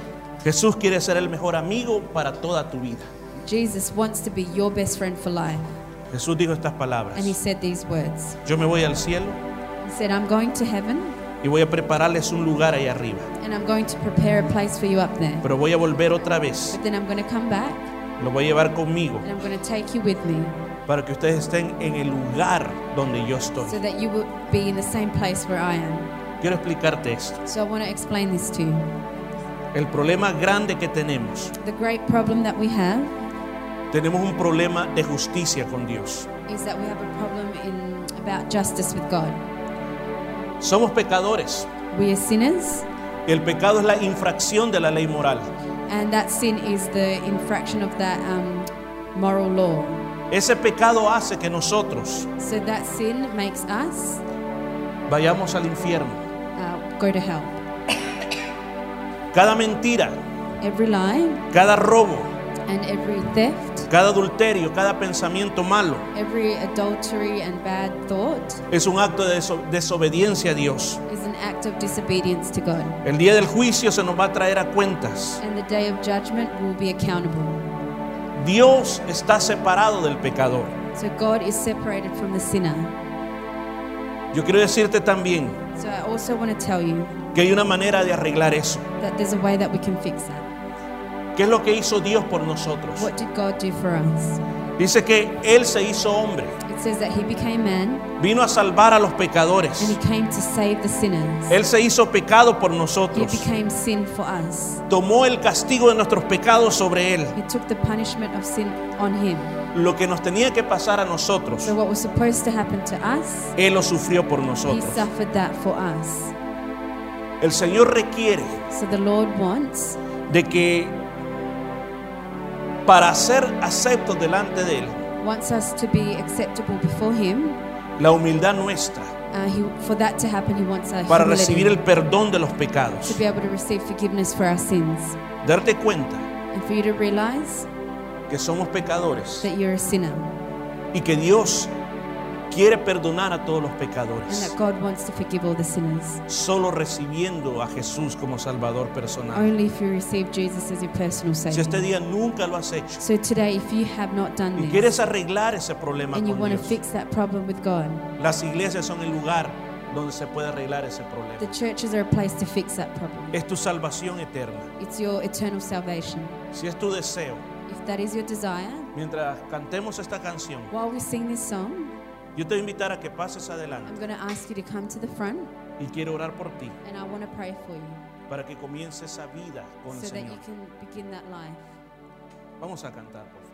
Speaker 1: Jesús quiere ser el mejor amigo para toda tu vida.
Speaker 2: Jesus wants to be your best friend for life.
Speaker 1: Jesús dijo estas palabras.
Speaker 2: And he said these words
Speaker 1: Yo me voy al cielo
Speaker 2: He said, I'm going to heaven
Speaker 1: y voy a prepararles un lugar ahí arriba.
Speaker 2: and I'm going to prepare a place for you up there.
Speaker 1: Pero voy a volver otra vez.
Speaker 2: But then I'm going to come back
Speaker 1: Lo voy a llevar conmigo
Speaker 2: and I'm going to take you with me
Speaker 1: para que ustedes estén en el lugar donde yo estoy.
Speaker 2: so that you will be in the same place where I am.
Speaker 1: Quiero explicarte esto.
Speaker 2: So I want to explain this to you.
Speaker 1: El problema grande que tenemos,
Speaker 2: The great problem that we have
Speaker 1: tenemos un problema de justicia con Dios.
Speaker 2: is that we have a problem in about justice with God.
Speaker 1: Somos pecadores
Speaker 2: We are sinners,
Speaker 1: y el pecado es la infracción de la ley moral.
Speaker 2: and that sin is the infraction of that um, moral law.
Speaker 1: Ese pecado hace que nosotros
Speaker 2: So that sin makes us
Speaker 1: vayamos al infierno.
Speaker 2: uh, go to hell.
Speaker 1: Cada mentira,
Speaker 2: Every lie
Speaker 1: cada robo,
Speaker 2: and every theft,
Speaker 1: cada adulterio, cada pensamiento malo
Speaker 2: every adultery and bad thought
Speaker 1: es un acto de deso- desobediencia a Dios.
Speaker 2: is an act of disobedience to God.
Speaker 1: El día del juicio se nos va a traer a cuentas.
Speaker 2: And the day of judgment will be accountable.
Speaker 1: Dios está separado del pecador.
Speaker 2: So God is separated from the sinner.
Speaker 1: Yo quiero decirte también
Speaker 2: So I also want to tell you
Speaker 1: que hay una manera de arreglar eso.
Speaker 2: that there's a way that we can fix that.
Speaker 1: ¿Qué es lo que hizo Dios por nosotros?
Speaker 2: What did God do for us?
Speaker 1: Dice que Él se hizo hombre,
Speaker 2: It says that he became man
Speaker 1: vino a salvar a los
Speaker 2: and he
Speaker 1: pecadores.
Speaker 2: came to save the sinners.
Speaker 1: Él se hizo pecado por
Speaker 2: He
Speaker 1: nosotros.
Speaker 2: became sin for us.
Speaker 1: Tomó el castigo de nuestros pecados sobre Él.
Speaker 2: He took the punishment of sin on him.
Speaker 1: Lo que nos tenía que pasar a nosotros,
Speaker 2: So what was supposed to happen to us,
Speaker 1: Él lo sufrió por
Speaker 2: he
Speaker 1: nosotros.
Speaker 2: suffered that for us.
Speaker 1: El Señor requiere
Speaker 2: So the Lord wants
Speaker 1: de que para ser aceptos delante de Él,
Speaker 2: wants us to be acceptable before him.
Speaker 1: la humildad nuestra,
Speaker 2: Uh, he, for that to happen, he wants our
Speaker 1: para
Speaker 2: humility
Speaker 1: recibir el perdón de los
Speaker 2: to
Speaker 1: pecados.
Speaker 2: be able to receive forgiveness for our sins,
Speaker 1: Darte cuenta
Speaker 2: and for you to realize
Speaker 1: que somos pecadores
Speaker 2: that you're a sinner,
Speaker 1: y que Dios quiere perdonar a todos los
Speaker 2: and
Speaker 1: pecadores.
Speaker 2: that God wants to forgive all the sinners.
Speaker 1: solo recibiendo a Jesús como Salvador personal.
Speaker 2: Only if you receive Jesus as your personal
Speaker 1: Si este
Speaker 2: Savior.
Speaker 1: día nunca lo has hecho
Speaker 2: So today, if you have not done
Speaker 1: y
Speaker 2: this
Speaker 1: quieres arreglar ese problema
Speaker 2: and you
Speaker 1: con
Speaker 2: want to
Speaker 1: Dios,
Speaker 2: fix that problem with God,
Speaker 1: las iglesias son el lugar donde se puede arreglar ese problema.
Speaker 2: The churches are a place to fix that problem.
Speaker 1: Es tu salvación eterna.
Speaker 2: It's your eternal salvation.
Speaker 1: Si es tu deseo,
Speaker 2: If that is your desire,
Speaker 1: mientras cantemos esta canción,
Speaker 2: while we sing this song,
Speaker 1: yo te voy a invitar a que pases adelante
Speaker 2: I'm going to ask you to come to the front
Speaker 1: y quiero orar por ti
Speaker 2: and I want to pray for you
Speaker 1: para que comience esa vida con el
Speaker 2: so that
Speaker 1: Señor.
Speaker 2: you can begin that life.
Speaker 1: Vamos a cantar, por favor.